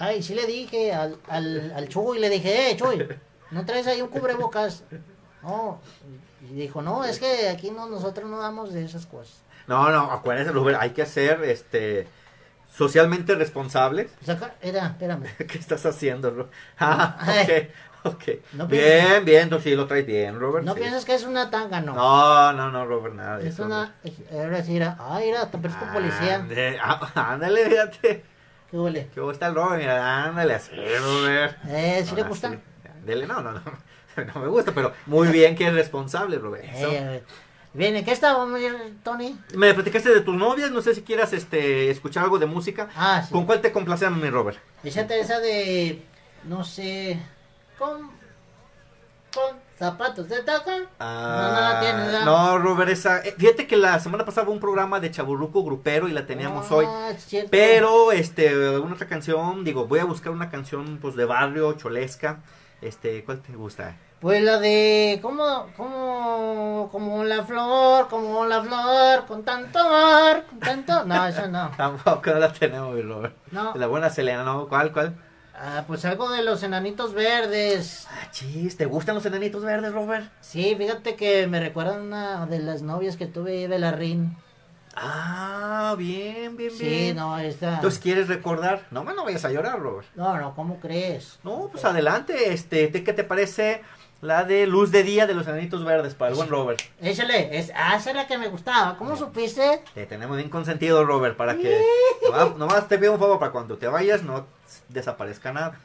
Ay, sí le dije al, al, al Chuy, le dije, eh, Chuy, ¿no traes ahí un cubrebocas? No. Y dijo, no, es que aquí no, nosotros no damos de esas cosas.
No, no, acuérdense, Robert, hay que ser este socialmente responsables. [LAUGHS]
Pues acá, era, espérame.
¿Qué estás haciendo, Robert? [LAUGHS] Ah,
[LAUGHS] Ay.
ok, ok.
No
bien, bien, entonces sí lo traes bien, Robert.
No
sí.
piensas que es una tanga, no.
No, no, no, Robert, nada de
es
eso.
una, es- ahora sí era, "Ah, ay, era, te parezco policía.
Ande- ah, ándale, [LAUGHS] fíjate.
¿Qué huele?
¿Qué está el Robert? Mira, ándale, así, Robert.
Eh, ¿sí le
Ah,
gustan?
sí. Dele, no, no, [LAUGHS] no. No me gusta, pero muy bien que es responsable, Robert. Eso.
Eh, a ver. Bien, ¿en qué estábamos, Tony?
Me platicaste de tus novias, no sé si quieras este, escuchar algo de música.
Ah, sí.
¿Con cuál te complace mi Robert?
Échate esa de, no sé, con, con zapatos de tacón. No, no la tienes, ¿verdad?
no, Robert, esa. eh, fíjate que la semana pasada hubo un programa de Chaburruco Grupero y la teníamos hoy.
Ah, es cierto.
Pero, este, alguna otra canción, digo, voy a buscar una canción pues de barrio, cholesca. Este, ¿cuál te gusta? [LAUGHS]
Pues la de como como como la flor, como la flor, con tanto amor, con tanto. No, eso no.
Tampoco la tenemos, mi Robert.
No.
La buena Selena, ¿no? ¿Cuál, cuál?
Ah, pues algo de los enanitos verdes.
Ah, chis, ¿te gustan los enanitos verdes, Robert?
Sí, fíjate que me recuerdan una de las novias que tuve ahí de la RIN.
Ah, bien, bien,
Sí,
bien.
no, esta.
Entonces, ¿quieres recordar? No me no vayas a llorar, Robert.
No, no, ¿cómo crees?
No, pues adelante, este, ¿te- ¿qué te parece la de Luz de Día de los Enanitos Verdes para el buen Robert?
Échale, es, ah, esa era la que me gustaba. ¿Cómo supiste?
Te tenemos bien consentido, Robert, para que... Nomás, nomás te pido un favor para cuando te vayas no desaparezca nada. [LAUGHS]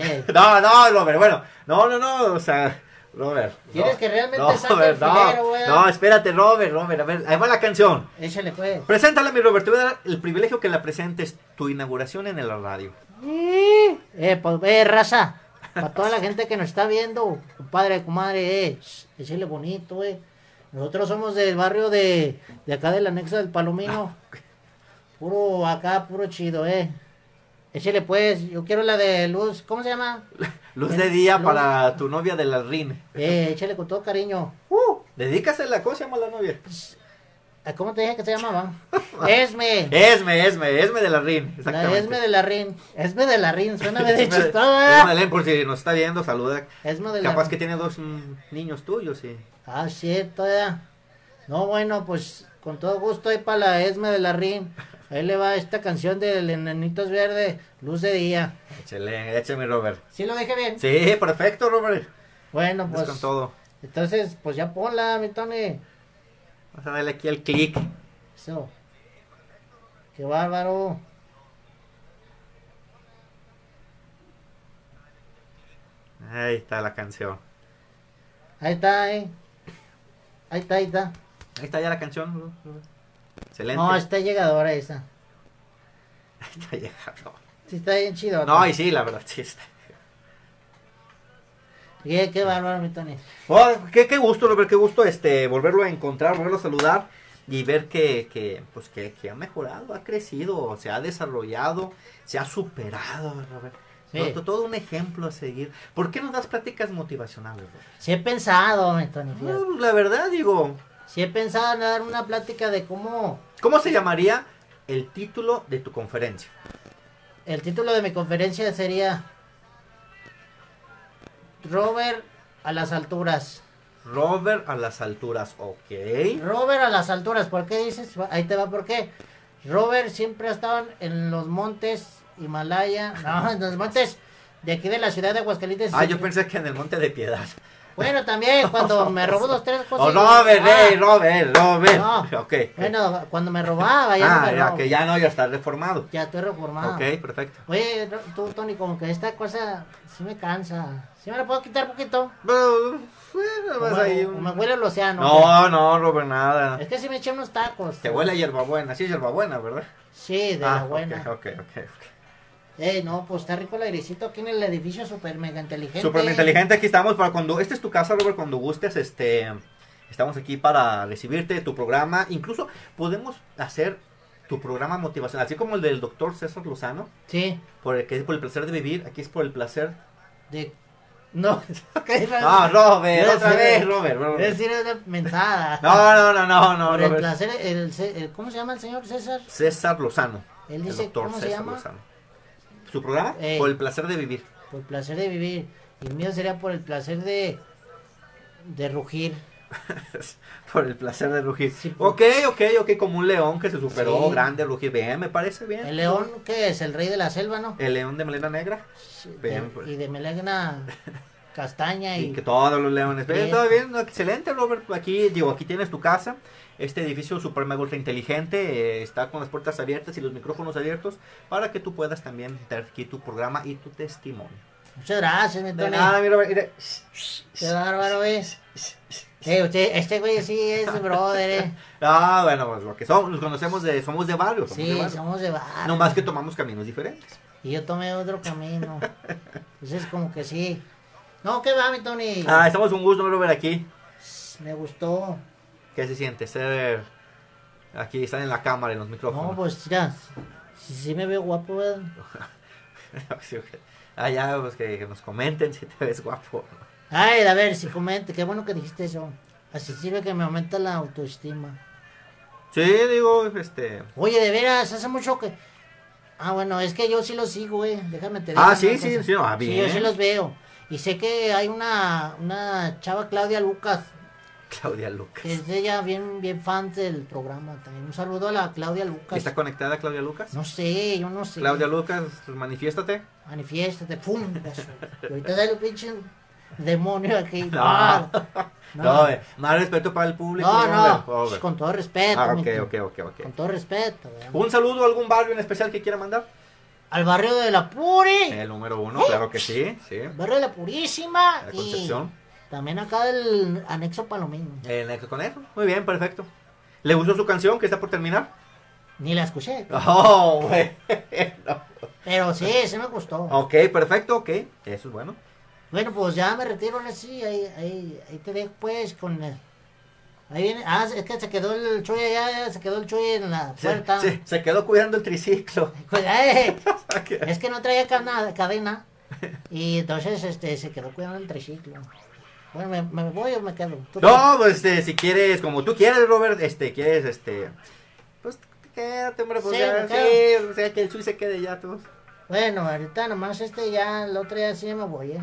Eh,
No, no, Robert, bueno, no, no, no, o sea, Robert.
¿Quieres
no,
que realmente
no,
saque
Robert,
el filero,
no,
güey?
no, espérate, Robert, Robert, a ver, ahí va la canción.
échale, pues.
Preséntala, mi Robert, te voy a dar el privilegio que la presentes tu inauguración en el radio.
Eh, pues, eh, raza, para toda la gente que nos está viendo, compadre, comadre, eh, sh- decirle bonito, eh. Nosotros somos del barrio de, de acá del anexo del Palomino. Puro acá, puro chido, eh. Échale pues, yo quiero la de luz, ¿cómo se llama?
Luz de día
Luz.
para tu novia de la RIN.
Eh, échale con todo cariño.
Uh, dedícasela, ¿cómo se llama la novia?
Ah, ¿Cómo te dije que se llamaba? Esme.
Esme, Esme, Esme de la RIN.
La
Exactamente.
Esme de la Rin. Esme de la
[LAUGHS]
Rin, suena de
Esme de- Esme de
chistosa.
Len, por si nos está viendo, saluda.
Esme de la
Capaz que tiene dos mm, niños tuyos, sí.
Ah, cierto, ya. No, bueno, pues con todo gusto ahí para la Esme de la Rin. Ahí le va esta canción del Enanitos Verde, Luz de Día.
Échale, échame, Robert.
¿Sí lo dije bien?
Sí, perfecto, Robert.
Bueno,
Andas
pues.
con todo.
Entonces, pues ya ponla, mi Tony.
Vas a darle aquí el clic.
Eso. Qué bárbaro.
Ahí está la canción.
Ahí está, eh. Ahí está, ahí está.
Ahí está ya la canción. Robert. Excelente.
No, está llegadora esa.
Ahí [LAUGHS] está llegando.
Sí, está bien chido.
No, y sí, la verdad, sí está.
Qué, qué bárbaro, mi Tony.
Oh, qué, qué gusto, Robert, qué gusto este volverlo a encontrar, volverlo a saludar y ver que, que, pues que, que ha mejorado, ha crecido, se ha desarrollado, se ha superado, Robert.
Sí.
Todo, todo un ejemplo a seguir. ¿Por qué nos das pláticas motivacionales, Robert?
Sí he pensado, mi Tony. fíjate.
No, pues, la verdad, digo,
Sí he pensado en dar una plática de cómo
¿cómo se llamaría el título de tu conferencia?
El título de mi conferencia sería Robert a las alturas.
Robert a las alturas, ok.
Robert a las alturas, ¿por qué dices? Ahí te va, ¿por qué? Robert siempre ha estado en los montes Himalaya, [LAUGHS] no, en los montes de aquí de la ciudad de Aguascalientes.
Ah, yo pensé que en el Monte de Piedad.
Bueno, también
[LAUGHS]
cuando me robó dos, tres cosas.
Oh, Robert,
Ah,
hey, Robert, Robert.
No.
Ok.
Bueno, cuando me robaba, ya, no
ah,
me
ya,
robo.
que ya no, ya está reformado.
Ya estoy reformado.
Ok, perfecto.
Oye, Ro- tú, Tony, como que esta cosa sí me cansa. ¿Sí me la puedo quitar poquito?
Pero, bueno, vas
O me-
ahí
o
un-
me huele el océano.
No, no, Robert, nada.
Es que si me eché unos tacos.
Te huele a hierbabuena, sí es hierbabuena, ¿verdad?
Sí, de la buena.
Ah, Ok, ok, ok. ok.
Ey, no, pues está rico el airecito aquí en el edificio super mega inteligente.
Súper inteligente, aquí estamos para cuando... Esta es tu casa, Robert, cuando gustes, este... Estamos aquí para recibirte, tu programa. Incluso podemos hacer tu programa motivacional, así como el del doctor César Lozano,
Sí,
por el que es por el placer de vivir, aquí es por el placer...
de... No, [LAUGHS] ¿qué iba a
No, Robert,
No,
otra
sí,
vez,
no.
Robert. Robert.
decir es una mentada.
No, no, no, no, no,
Por el
Robert.
placer, el, ce- el- ¿cómo se llama el señor César?
César Lozano.
Él
El
dice,
doctor
¿cómo se
César
llama?
Lozano. ¿Su programa?
Ey.
Por el placer de vivir. [LAUGHS]
Por el placer de vivir. Y el mío sería por el placer de... De rugir.
Por el placer de rugir.
Sí.
ok, ok, ok, como un león que se superó,
Sí.
grande rugir. Bien, me parece bien.
El león, que es? El rey de la selva, ¿no?
El león de melena negra.
De-
Bien, pues.
y
[LAUGHS]
de melena castaña y...
Y que todos los leones. Bien,
Bien.
todo bien, no, excelente, Robert. Aquí, digo, aquí tienes tu casa. Este edificio super mega ultra inteligente eh, está con las puertas abiertas y los micrófonos abiertos para que tú puedas también dar aquí tu programa y tu testimonio.
Muchas gracias, mi
De
Tony.
nada, mira, mira.
Qué bárbaro es. Eh, usted, este güey sí es brother, eh.
Ah, bueno, pues lo que somos, nos conocemos de, somos de barrio, somos de
Sí,
barrio.
somos de bar.
No más que tomamos caminos diferentes.
Y yo tomé otro camino. Entonces como que sí. No, ¿qué va, mi Tony?
Ah, estamos un gusto Robert aquí.
Me gustó.
¿Qué se siente ser aquí están en la cámara en los micrófonos?
No, pues mira, sí, sí me veo guapo, ¿verdad? pues.
[LAUGHS] ah, ya, pues que, que nos comenten si te ves guapo.
Ay, a ver, si comente, qué bueno que dijiste eso. Así sirve que me aumenta la autoestima.
Sí, digo, este.
Oye, de veras, hace mucho que... Ah, bueno, es que yo sí los sigo, eh. Déjame te digo
Ah,
una
sí, sí,
cosa.
sí, ah,
Sí,
bien.
yo sí los veo. Y sé que hay una, una chava, Claudia Lucas,
Claudia Lucas.
que es ella bien, bien fan del programa también. Un saludo a la Claudia Lucas.
¿Está conectada Claudia Lucas?
No sé, yo no sé.
Claudia Lucas, pues, manifiéstate.
Manifiéstate, pum. eso. Y ahorita sale un pinche demonio
[LAUGHS]
aquí.
No.
No,
No,
no.
eh, más respeto para el público.
no,
Robert,
no,
Robert.
con todo respeto.
Ah,
mi
ok,
tío.
ok, Uh. ok, ok.
Con todo respeto. ¿verdad?
¿Un saludo a algún barrio en especial que quiera mandar?
Al barrio de la Puri,
El número uno, claro que sí, sí.
al barrio de la Purísima.
La
y
Concepción.
también acá del anexo Palomino.
Eh, next con eso. Muy bien, perfecto. ¿Le gustó su canción que está por terminar?
Ni la escuché,
Oh, bueno.
pero sí, sí me gustó.
Ok, perfecto, ok. Eso es bueno.
Bueno, pues ya me retiro, ahora sí, ahí, ahí, ahí te dejo pues con, eh, Ahí viene. Ah, es que se quedó el Chuy allá, se quedó el Chuy en la
Se,
puerta.
se- se quedó cuidando el triciclo.
Pues, eh,
¿Qué?
es que no traía cana- cadena. Y entonces este se quedó cuidando el triciclo. Bueno, me, me voy o me quedo. Tú
No, pues este, si quieres, como tú quieres, Robert, este, quieres, este, pues quédate, hombre, pues
Sí,
ya,
me
sí,
quedo.
o sea, que el Chuy se quede ya, tú.
Bueno, ahorita nomás este ya, el otro día sí me voy, eh.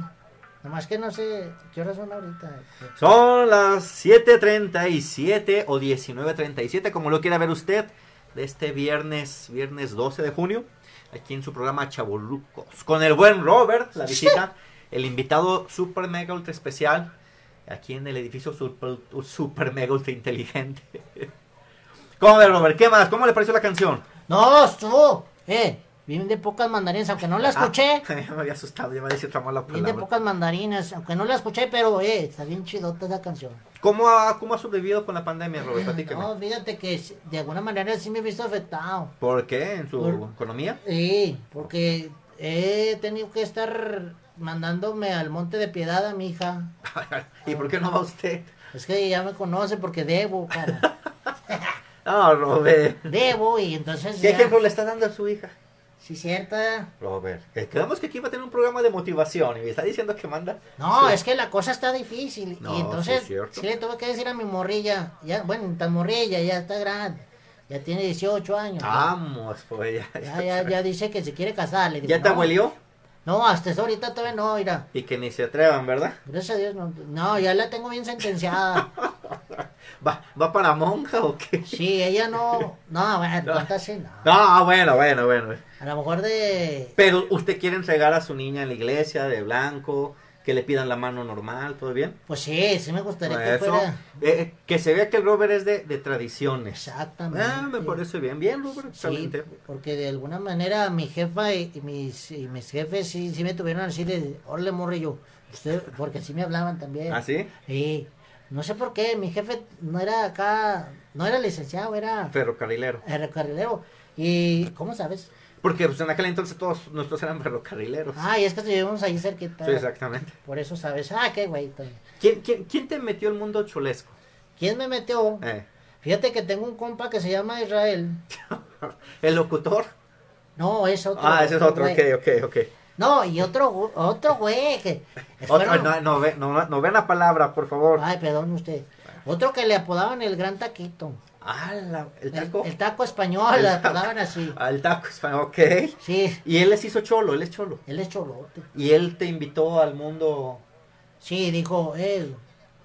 Nomás que no sé qué horas son ahorita.
Son las 7.37 o 19.37, como lo quiera ver usted, de este viernes, viernes 12 de junio, aquí en su programa Chabolucos, con el buen Robert, la visita, el invitado super mega ultra especial, aquí en el edificio super, super mega ultra inteligente. ¿Cómo ves, Robert? ¿Qué más? ¿Cómo le pareció la canción?
No, estuvo. Eh, bien de pocas mandarinas, aunque no la escuché.
Ah, [LAUGHS] ya me había asustado, ya me decía otra mala
Bien de
palabra.
pocas mandarinas, aunque no la escuché, pero eh, está bien chidota esa canción.
¿Cómo ha, ¿Cómo ha sobrevivido con la pandemia, Robert? Platícame.
No, fíjate que s- de alguna manera sí me he visto afectado.
¿Por qué? ¿En su
Por-
economía?
Sí, porque he tenido que estar mandándome al Monte de Piedad a mi hija.
¿Y por qué no va usted?
Es que ya me conoce porque debo,
[LAUGHS]
cara.
Ah, Robert.
Debo y entonces
¿Qué
ya-
ejemplo le está dando a su hija?
Sí, cierta.
Robert. eh, Quedamos que aquí va a tener un programa de motivación y me está diciendo que manda.
No,
Sí.
es que la cosa está difícil.
No,
y
sí
entonces,
es
sí,
cierto.
le tuve que decir a mi morrilla, ya, bueno, tan morrilla, ya está grande, ya tiene 18 años.
Vamos, pues ya.
Ya, ya, ya dice que se quiere casar. Le digo,
¿Ya te
no,
abuelió?
No, hasta eso ahorita todavía no, mira.
Y que ni se atrevan, ¿verdad?
Gracias a Dios, no, no, ya la tengo
[LAUGHS]
bien sentenciada.
¿Va, ¿va para monja o qué?
Sí, ella no, no, bueno,
No.
cuántas sí, no.
No, bueno, bueno, bueno.
A lo mejor de,
Pero usted quiere entregar a su niña en la iglesia de blanco, que le pidan la mano normal, ¿todo bien?
pues sí, sí me gustaría que
Eso,
fuera.
eh, que se vea que el Robert es de, de tradiciones.
Exactamente.
Ah, me parece bien, bien, Robert,
Sí,
excelente.
porque de alguna manera mi jefa y, y mis, y mis jefes sí, sí me tuvieron así de, orle morrillo, usted, porque así me hablaban también.
¿Ah, sí?
Sí. no sé por qué, mi jefe no era acá, no era licenciado, era
Ferrocarrilero.
ferrocarrilero. ¿Y cómo sabes?
Porque pues, en aquel entonces todos nosotros eran ferrocarrileros.
Ah, y es que estuvimos ahí cerquita.
Sí, exactamente.
Por eso sabes. Ah, qué güey. también.
¿Quién, quién, quién te metió el mundo chulesco?
¿Quién me metió?
Eh,
Fíjate que tengo un compa que se llama Israel.
¿El locutor?
No, es otro.
ah, ese es otro,
güey.
ok, ok, ok.
No, y otro, gu- otro güey que...
Otro-
fueron-
no, no, ve- no, no ven la palabra, por favor.
Ay, perdón usted. Otro que le apodaban el gran taquito.
Ah, la- el
El,
taco.
el taco español, le apodaban así.
Ah, el taco, es- ok.
Sí,
Y él les hizo cholo, él es cholo.
él es cholote.
Y él te invitó al mundo...
Sí, dijo él.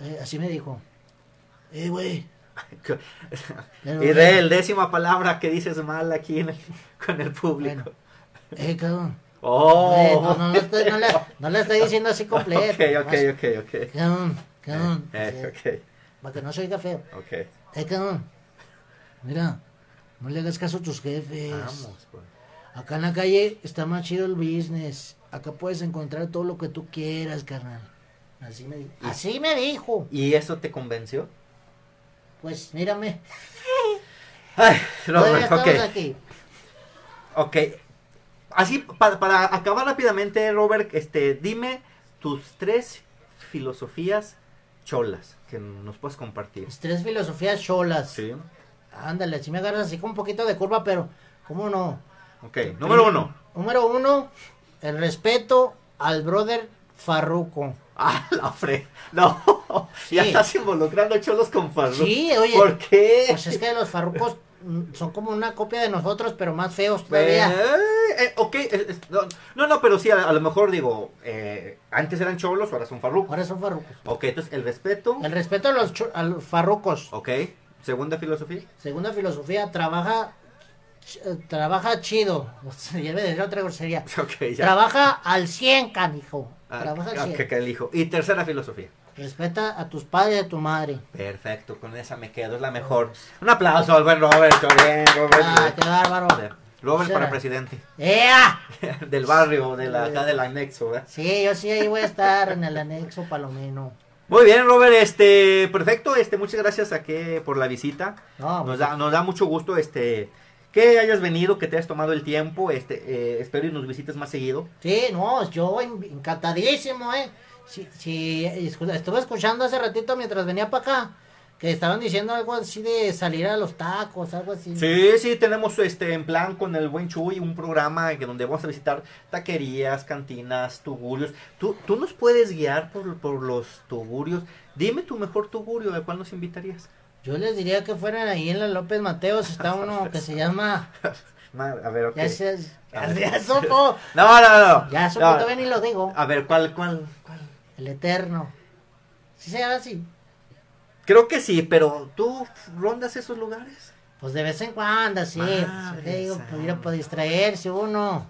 eh, así me dijo. Eh, güey. eh,
Y de él, décima palabra que dices mal aquí en el- [LAUGHS] con el público.
Bueno. Eh, cabrón.
Oh,
Eh, no, no, no, estoy-
[LAUGHS]
no le, no le estoy diciendo así completo.
ok, ok,
nomás,
ok, ok.
Cabrón, cabrón.
Eh,
así, Para que no se oiga feo.
ok, ok.
Eh, cabrón. Mira, no le hagas caso a tus jefes.
Vamos, pues.
Acá en la calle está más chido el business. Acá puedes encontrar todo lo que tú quieras, carnal. Así me, así me dijo.
¿Y eso te convenció?
Pues mírame.
Ay,
Todavía
Robert,
estamos
ok,
aquí.
ok. Así, pa- para acabar rápidamente, Robert, este, dime tus tres filosofías cholas que nos puedes compartir.
Mis tres filosofías cholas. Ándale, si me agarras así con un poquito de curva, pero ¿cómo no?
Ok, número uno. [LAUGHS]
Número uno, el respeto al brother Farruco.
Ah, la fre... No, ya
Sí.
estás involucrando cholos con Farruko.
Sí, oye.
¿Por qué?
Pues es que los Farrucos mm, son como una copia de nosotros, pero más feos todavía.
Eh, eh, ok, eh, eh, no, no, no, pero sí, a, a lo mejor digo, eh, antes eran cholos, ahora son farrucos.
Ahora son Farrucos.
Ok, entonces el respeto.
El respeto a los, cho- a los Farrucos.
Ok, segunda filosofía.
Segunda filosofía, trabaja ch- eh, trabaja chido. [LAUGHS] O sea, ya me decía otra grosería.
[LAUGHS] Ok, ya.
Trabaja al 100, canijo.
Ah,
trabaja
ah,
al 100.
que- que elijo. Y tercera filosofía.
Respeta a tus padres y a tu madre.
Perfecto, con esa me quedo, es la mejor. Un aplauso al buen Robert, bien, Robert.
Oh, Ah, qué bárbaro.
Robert para
Sí.
presidente [LAUGHS]
¡Ea!
del barrio, de la, acá del anexo, ¿verdad?
Sí, yo sí ahí voy a estar en el anexo palomino.
Muy bien, Robert, este, perfecto, este, muchas gracias a que por la visita.
No,
Nos
pues,
da, nos da mucho gusto este que hayas venido, que te hayas tomado el tiempo. Este, eh, espero y nos visites más seguido.
Sí, no, yo en- encantadísimo, ¿eh? Sí, sí, escu- estuve escuchando hace ratito mientras venía para acá que estaban diciendo algo así de salir a los tacos, algo así.
Sí, sí, tenemos este en plan con el buen Chuy un programa que donde vamos a visitar taquerías, cantinas, tugurios. ¿Tú, tú nos puedes guiar por, por los tugurios? Dime tu mejor tugurio, ¿de cuál nos invitarías?
Yo les diría que fueran ahí en la López Mateos,
[LAUGHS]
está uno que se llama...
Madre, a ver, ok.
Ya, se,
A
ya,
ver.
ya supo,
No, no, no. [LAUGHS]
ya supo,
No.
todavía ni lo digo.
A ver, ¿cuál, cuál, cuál?
El Eterno. Si se llama así.
Creo que sí, pero ¿tú rondas esos lugares?
Pues de vez en cuando, sí.
Madre
Te digo,
santa.
pues, mira, para distraerse uno.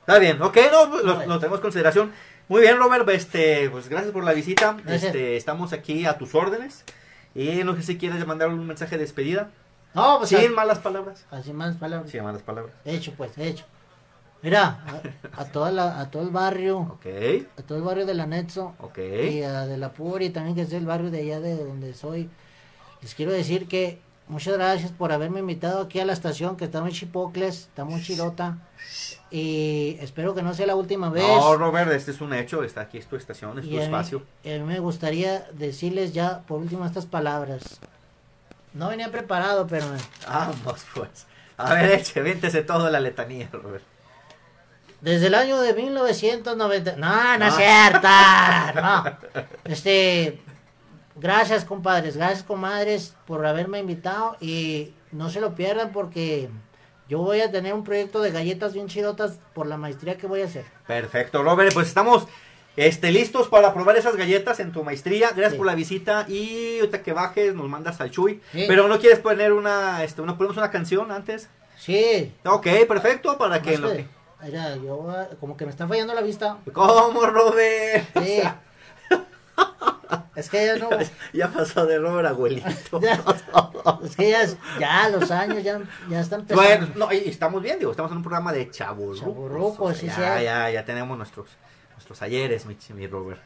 Está bien, ok, no, pues, lo, lo tenemos en consideración. Muy bien, Robert, este, pues gracias por la visita.
Gracias.
Este, estamos aquí a tus órdenes. Y no sé si quieres mandar un mensaje de despedida.
No, pues
Sin malas palabras.
a- así más palabras.
Sin malas palabras.
Hecho, pues, hecho. Mira, a, a toda la, a todo el barrio,
Ok,
a todo el barrio del anexo
ok.
y a de la Puri, también que es el barrio de allá de donde soy. Les quiero decir que muchas gracias por haberme invitado aquí a la estación, que estamos en Chipocles, estamos en Chirota. Y espero que no sea la última vez.
No, Robert, este es un hecho. Está aquí, es tu estación, es
Y
tu
a mí-
espacio.
a mí me gustaría decirles ya por último estas palabras. No venía preparado, pero
Vamos, pues. A ver, eche, véntese todo la letanía, Robert.
desde el año de 1990. No, no es
No.
cierta.
[LAUGHS]
No. Este, gracias, compadres, gracias, comadres, por haberme invitado. Y no se lo pierdan porque yo voy a tener un proyecto de galletas bien chidotas por la maestría que voy a hacer.
Perfecto, Robert. Pues estamos este, listos para probar esas galletas en tu maestría. Gracias
Sí.
por la visita. Y ahorita que bajes, nos mandas al Chuy.
Sí.
Pero no quieres poner una, este, una, ponemos una canción antes.
Sí.
Ok, perfecto. Para que.
Más
lo
que- Mira, yo ah, como que me está fallando la vista.
que- ¿Cómo, Robert? [LAUGHS] O
Sí.
sea,
es que
[LAUGHS]
ya no.
ya pasó de Robert, abuelito.
Ya, es que ya, es- ya los años ya, ya están
Bueno,
pesando.
no, y estamos bien, digo, estamos en un programa de chaburrucos.
Chavorrucos, sí,
ya,
sí.
ya, ya tenemos nuestros, nuestros ayeres, mi, mi Robert.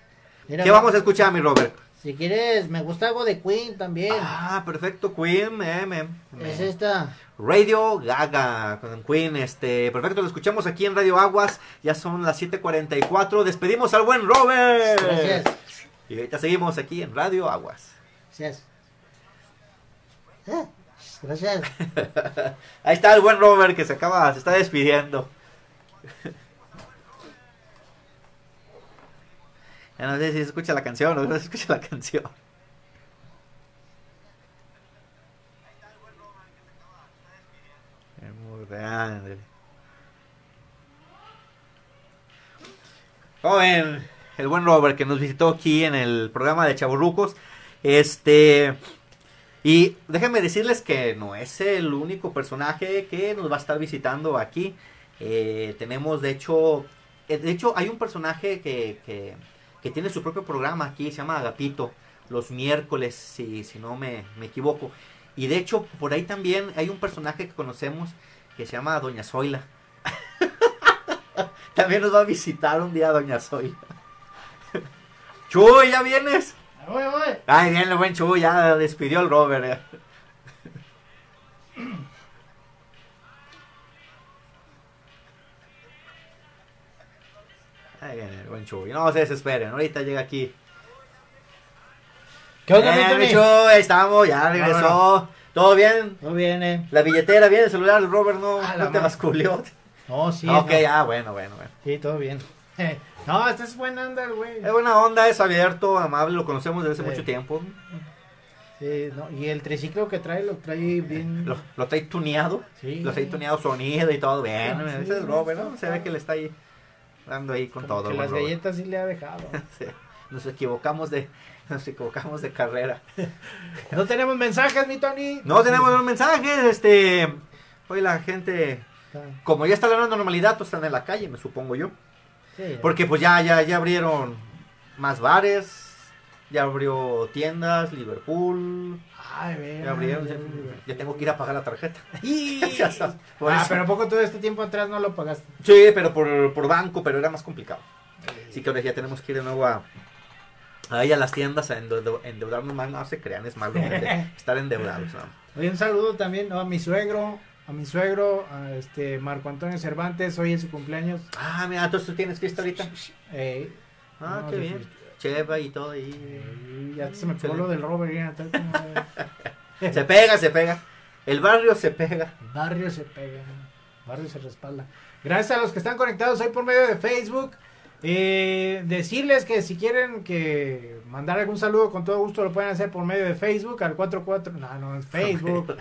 Mira,
¿Qué vamos a escuchar, mi Robert?
Si quieres, me gusta algo de Queen también.
Ah, perfecto, Queen, eh, me- me-
es esta.
Radio Gaga con Queen, este, perfecto, lo escuchamos aquí en Radio Aguas, ya son las 7.44, despedimos al buen Robert.
Gracias.
Y ahorita seguimos aquí en Radio Aguas.
Gracias. Eh, Gracias.
Ahí está el buen Robert que se acaba, se está despidiendo. [LAUGHS] Ya no sé si se escucha la canción o no se escucha la canción. Hermoso, ándale. Joven, el buen Robert que nos visitó aquí en el programa de Chaburrucos. Este. Y déjenme decirles que no es el único personaje que nos va a estar visitando aquí. Eh, tenemos, de hecho, eh, de hecho hay un personaje que, que, que tiene su propio programa aquí, se llama Agapito, los miércoles, si, si no me, me equivoco. Y de hecho, por ahí también hay un personaje que conocemos que se llama Doña Zoila. [LAUGHS] también nos va a visitar un día Doña Zoila. [LAUGHS] Chuy, ¿ya vienes?
Voy, voy.
Ay, bien, el buen Chu ya despidió al Robert.
[CLEARS THROAT]
eh. Ahí viene el buen Chuy. No se desesperen, ahorita llega aquí.
¿Qué onda,
Eh,
mi
mi
Tony?
Chuy, ahí estamos, ya regresó. ¿Todo bien?
No viene.
La billetera bien, el celular, el Robert no,
A la
no te
madre.
basculió.
No, sí.
Ah, ok,
no.
ah, bueno, bueno, bueno.
Sí, todo bien. [LAUGHS] No, este es buen andar, güey.
Es buena onda, es abierto, amable, lo conocemos desde hace
Sí.
mucho tiempo.
Sí, no, y el triciclo que trae lo trae bien.
Lo, lo trae tuneado.
Sí.
Los ahí tuneado sonido y todo bien.
Ah, sí,
ese es Robert, ¿no? Se ve que le está ahí dando ahí con
Como
todo.
que
el
las
buen Robert.
galletas sí le ha dejado.
Sí. Nos equivocamos de nos equivocamos de carrera.
No tenemos mensajes, mi Tony.
No tenemos los mensajes, este hoy la gente
Está-
como ya está la nueva normalidad, pues están en la calle, me supongo yo.
sí.
Porque pues ya ya ya abrieron más bares, ya abrió tiendas, Liverpool,
Ay, ve,
ya abrieron,
ya
ya,
abrieron.
ya tengo que ir a pagar la tarjeta. [LAUGHS] Ya sabes,
ah,
Pues. por eso.
pero ¿a poco todo este tiempo atrás no lo pagaste?
Sí, pero por, por banco, pero era más complicado.
Eh.
Así que ahora ya tenemos que ir de nuevo a, a ir a las tiendas a endeudo- endeudarnos más. No se crean,
[LAUGHS]
es malo ende- estar endeudados. ¿no?
Oye, un saludo también ¿no? a mi suegro, a mi suegro, a este Marco Antonio Cervantes, hoy es su cumpleaños.
Ah, mira, entonces tú tienes fiesta ahorita.
Eh,
Ah,
no,
qué
de
bien.
fiesta.
cheva y todo ahí.
Y ya se me pegó lo del Robert. ya, tal como-
Se pega, se pega. El barrio se pega.
El barrio se pega, barrio se respalda. Gracias a los que están conectados hoy por medio de Facebook. Eh, decirles que si quieren que mandar algún saludo con todo gusto lo pueden hacer por medio de Facebook al 44 no, no, en
[LAUGHS]
Facebook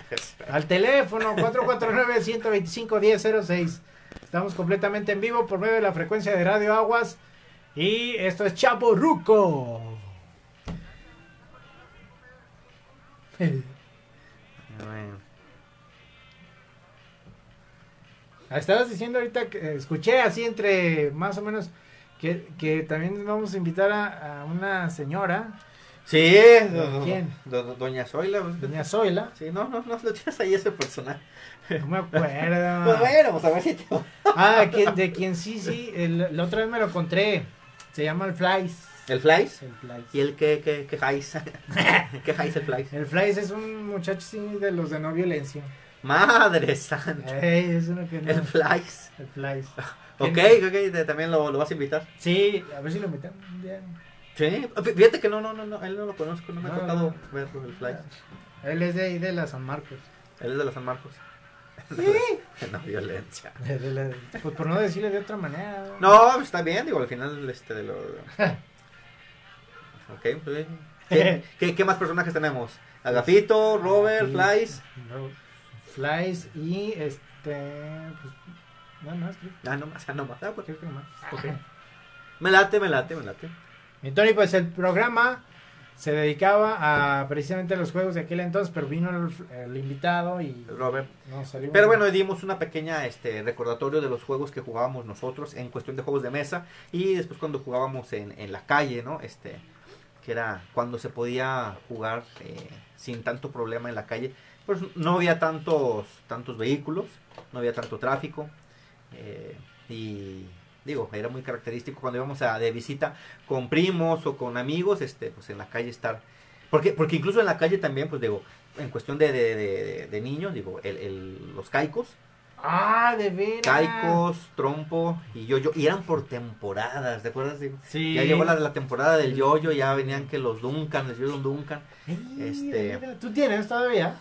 al teléfono 449 125 1006. Estamos completamente en vivo por medio de la frecuencia de Radio Aguas y esto es Chapo Ruco.
Bueno.
Estabas diciendo ahorita que eh, escuché así entre más o menos que, que también vamos a invitar a, a una señora,
Sí, do-
¿Quién?
do- do- Doña Zoila. pues,
doña Zoila,
Sí, no, no, no, no tienes ahí ese personaje.
no
[LAUGHS]
me
Pues
acuerdo.
bueno, pues a ver si te...
Ah, de quien, de quien sí, sí, el- la otra vez me lo encontré. Se llama el Flies.
¿El Flies?
El Flies.
¿Y el que, que,
[LAUGHS]
que Jais? [LAUGHS] ¿Qué Jais el Flies?
El Flies es un muchacho sí, de los de no violencia.
Madre santa.
Ey, es uno que Eh, no.
El Flies.
El Flies.
Ok,
¿Quién?
ok, te- también lo, lo vas a invitar.
Sí, a ver si lo metemos. bien.
Sí, fí- fíjate que no, no, no, no, él no lo conozco, no me ha
No,
tocado
no.
verlo, el Flies.
Él es de ahí de la San Marcos.
Él es de los San Marcos. [LAUGHS] no, violencia.
[LAUGHS] De la- pues por no decirle de otra manera.
No, pues, está bien, digo, al final
[LAUGHS]
este de lo... ok, pues bien. ¿Qué, qué, qué más personajes tenemos? Agapito, Robert, Flies.
No, Flies y este. Pues, no, no, es que-
Ah, no más, ah, no más. Ah, bueno.
creo que no más.
Ok. Me late, me late, me late.
Y Tony, pues el programa se dedicaba a precisamente a los juegos de aquel entonces, pero vino el, el invitado y
Robert.
no salimos.
Pero bueno, dimos una pequeña este, recordatorio de los juegos que jugábamos nosotros en cuestión de juegos de mesa y después cuando jugábamos en, en la calle, ¿no? Este, que era cuando se podía jugar eh, sin tanto problema en la calle. Pues no había tantos, tantos vehículos, no había tanto tráfico eh, y digo, era muy característico cuando íbamos a, de visita con primos o con amigos, este, pues en la calle estar... Porque, porque incluso en la calle también, pues digo, en cuestión de, de, de- de- de niños, digo, el, el- los caicos,
Ah, de veras.
caicos, trompo y yo-yo, y eran por temporadas, ¿te acuerdas? Digo,
Sí.
Ya llegó la, la temporada del yo-yo, ya venían que los Duncan, les dieron Duncan.
Ey,
este-
mira, Tú tienes todavía.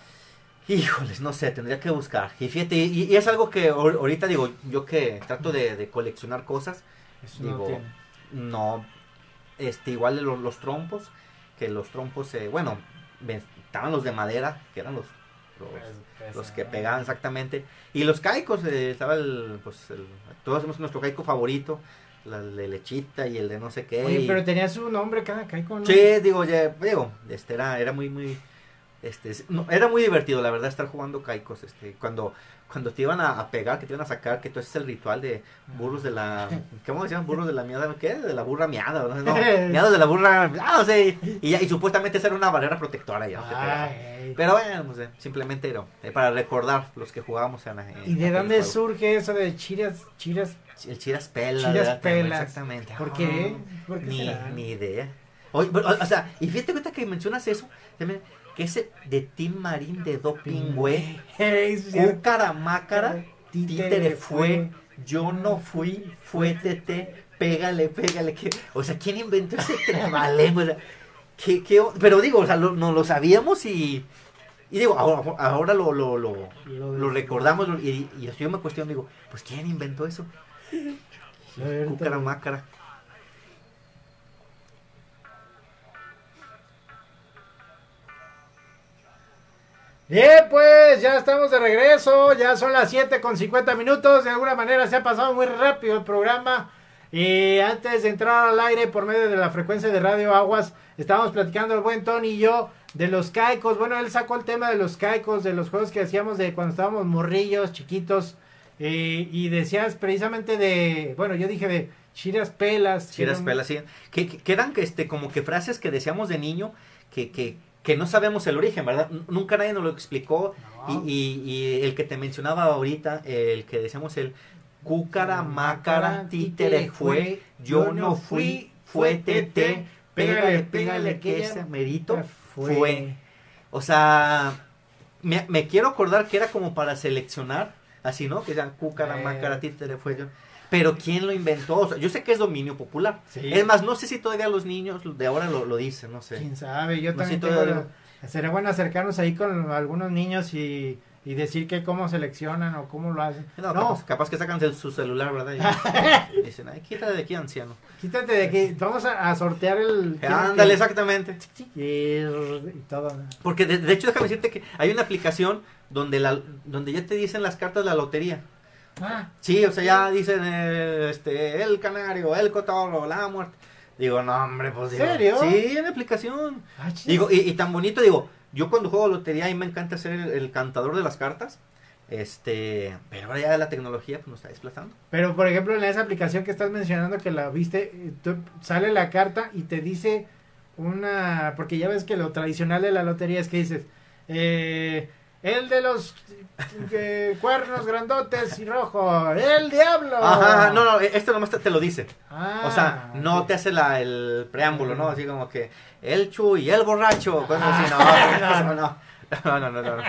Híjoles, no sé, tendría que buscar. Y fíjate, y, y es algo que ahor- ahorita digo, yo que trato de, de coleccionar cosas,
Eso
Digo,
no tiene.
no, este, igual de los, los trompos, que los trompos, eh, bueno, ven- estaban los de madera, que eran los... los pues,
Pues,
los
ah.
que pegaban exactamente. Y los caicos, eh, estaba el, pues, el- todos hacemos nuestro caico favorito, la, el de lechita y el de no sé qué.
Oye,
y-
pero tenía su nombre cada caico, ¿no?
Sí, digo, ya, digo, este era, era muy, muy, este, es- no, era muy divertido, la verdad, estar jugando caicos, este, cuando, cuando te iban a, a pegar, que te iban a sacar, que tú haces el ritual de burros
[LAUGHS]
de la, ¿cómo decían? Burros de la miada, ¿qué? De la burra miada, no, no miada de la burra, ah, no sé, y, ya- y supuestamente esa era una barrera protectora ya. no te pegaban.
Ay.
Pero bueno, pues, eh, simplemente era eh, para recordar los que jugábamos en, en
¿Y de
aquel
dónde
juego.
surge eso de chiras, chiras?
El Chiras Pelas.
Chiras
¿verdad? También,
Pelas.
Exactamente.
¿Por
Ah,
qué? ¿Por qué
ni,
será?
ni idea. Oye, pero, o, o sea, y fíjate ahorita que mencionas eso, también, que ese de Tim Marín de Doping, güey.
Ey, sí, sí.
Cúcara mácara, títere fue, yo no fui, fue tete, pégale, pégale. que- o sea, ¿quién inventó ese trabalenguas? O sea, ¿qué- qué o- pero digo, o sea, lo- no lo sabíamos y. Y digo, ahora, ahora lo, lo, lo,
Lo
lo
de-
recordamos lo- y, y así yo me cuestiono, digo, pues ¿quién inventó eso?
A ver, ahorita-
Cúcara mácara.
Bien, pues ya estamos de regreso, ya son las 7 con 50 minutos, de alguna manera se ha pasado muy rápido el programa y antes de entrar al aire por medio de la frecuencia de Radio Aguas, estábamos platicando el buen Tony y yo de los caicos, bueno, él sacó el tema de los caicos, de los juegos que hacíamos de cuando estábamos morrillos, chiquitos, eh, y decías precisamente de, bueno, yo dije de chiras pelas. que
Chiras
eran-
pelas, sí. Que, que- que eran que, este, como que frases que decíamos de niño que, que, que no sabemos el origen, ¿verdad? N- Nunca nadie nos lo explicó. Y,
No.
y- y el que te mencionaba ahorita, el que decíamos el cúcara, mácara, títere fue, yo no fui, fue tete, pégale, pégale, que ese merito fue. O sea, me, me quiero acordar que era como para seleccionar, así, ¿no? Que era cúcara,
Eh.
mácara, títere fue, yo. Pero ¿quién lo inventó? O sea, yo sé que es dominio popular.
Sí.
Es más, no sé si todavía los niños de ahora lo, lo dicen, no sé.
Quién sabe, yo
No,
también
sí,
tengo
todavía
la- Sería bueno acercarnos ahí con algunos niños y, y decir que cómo seleccionan o cómo lo hacen.
No, pues,
No,
Capaz, capaz que sacan del- su celular, ¿verdad? [LAUGHS] Y dicen, ay, quítate de aquí, anciano.
quítate de aquí, vamos a, a sortear el...
pues, Ándale, exactamente.
Y, y todo. ¿no?
Porque de, de hecho, déjame decirte que hay una aplicación donde, la, donde ya te dicen las cartas de la lotería.
Ah,
Sí, o sea, ya dicen eh, este, el canario, el cotorro, la muerte. Digo, no, hombre, pues digo,
¿Serio?
Sí, hay una aplicación.
ah, chis.
Digo, y, y tan bonito, digo, yo cuando juego lotería y me encanta ser el, el cantador de las cartas. Este, pero ahora ya la tecnología pues, nos está desplazando.
Pero por ejemplo en esa aplicación que estás mencionando que la viste, eh, tú- sale la carta y te dice una, porque ya ves que lo tradicional de la lotería es que dices, eh, el de los eh, cuernos grandotes y rojo, el diablo.
Ajá, no, no, esto nomás te, te lo dice.
Ah,
O sea, no te hace la, el preámbulo, ¿no? Así como que el chuy, el borracho, cosas así,
Ah, [LAUGHS]
no, no, no, no, no, no, no, no.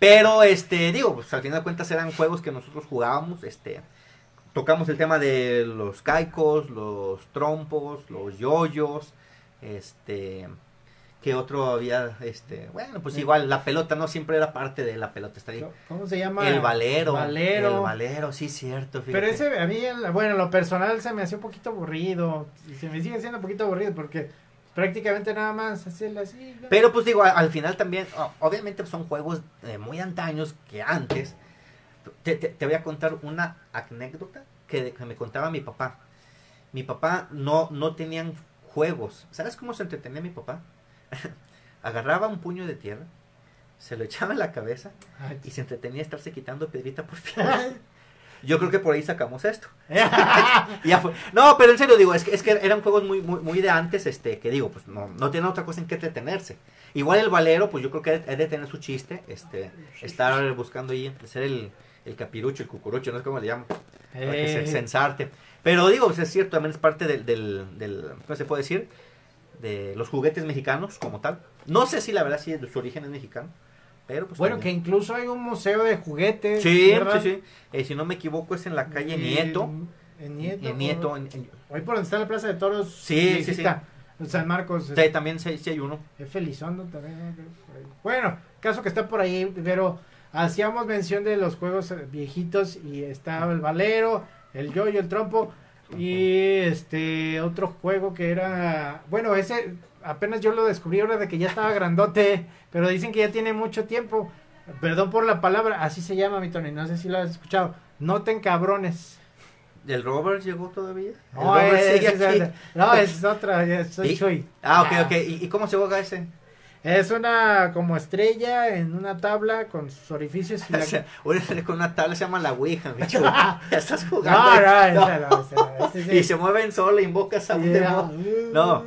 Pero, este, digo, pues al final de cuentas eran juegos que nosotros jugábamos, este, tocamos el tema de los caicos, los trompos, los yoyos, este, que otro había, este, bueno, pues igual la pelota, ¿no? Siempre era parte de la pelota, está ahí.
¿Cómo se llama?
El valero,
Valero.
el valero, sí, cierto.
Pero
fíjate.
ese, a mí, el- bueno, lo personal se me hacía un poquito aburrido. y Se me sigue siendo un poquito aburrido porque prácticamente nada más hacerle así. ¿no?
Pero pues digo, a- al final también, o- obviamente son juegos eh, muy antaños que antes. Te, te- te voy a contar una anécdota que, de- que me contaba mi papá. Mi papá no, no tenían juegos. ¿Sabes cómo se entretenía mi papá? [LAUGHS] Agarraba un puño de tierra, se lo echaba en la cabeza
Ah,
y se entretenía estarse quitando piedrita por piedra. Yo creo que por ahí sacamos esto.
[LAUGHS]
Ya fue. No, pero en serio digo, es que, es que eran juegos muy, muy, muy de antes, este, que digo, pues no, no tienen otra cosa en que entretenerse. Igual el valero, pues yo creo que ha de- ha de tener su chiste, este, estar buscando ahí, ser el, el capirucho, el cucurucho, no sé cómo le llaman, para que se-
Eh,
censarte. Pero digo, pues, es cierto, también es parte del, del, del, ¿cómo se puede decir? De los juguetes mexicanos como tal. No sé si la verdad si su origen es mexicano, pero pues...
bueno, que
también.
incluso hay un museo de juguetes.
Sí,
¿verdad?
sí, sí. Eh, si no me equivoco es en la calle
Y-
Nieto.
En Nieto.
En Nieto, en- en-
Hoy por donde está la Plaza de Toros.
Sí, sí, sí.
sí. San Marcos.
Sí, también sí, sí hay uno.
Es Elizondo también. ¿no? Creo que por ahí. Bueno, caso que está por ahí, pero hacíamos mención de los juegos eh, viejitos y estaba el valero, el yoyo, el trompo y este otro juego que era, bueno, ese apenas yo lo descubrí ahora de que ya estaba grandote, pero dicen que ya tiene mucho tiempo. Perdón por la palabra, así se llama mi Tony, no sé si lo has escuchado. No te encabrones.
¿El Robert llegó todavía?
No,
El Robert
ese-
sigue
ese-
aquí.
ese- no, es otra, ya soy
¿Sí?
Chuy.
Ah, ok, ok. ¿Y, y cómo se
[LAUGHS]
juega ese?
Es una como estrella en una tabla con sus orificios
[LAUGHS]
y la...
O sea, una- con una tabla se llama la Ouija, mi
[LAUGHS]
chulo. Ya estás jugando.
No, Ah, no,
ahí. No.
esa no, esa no, ese sí.
Y se mueven solo, invocas a un
Sí, ah,
demonio.
no.
No.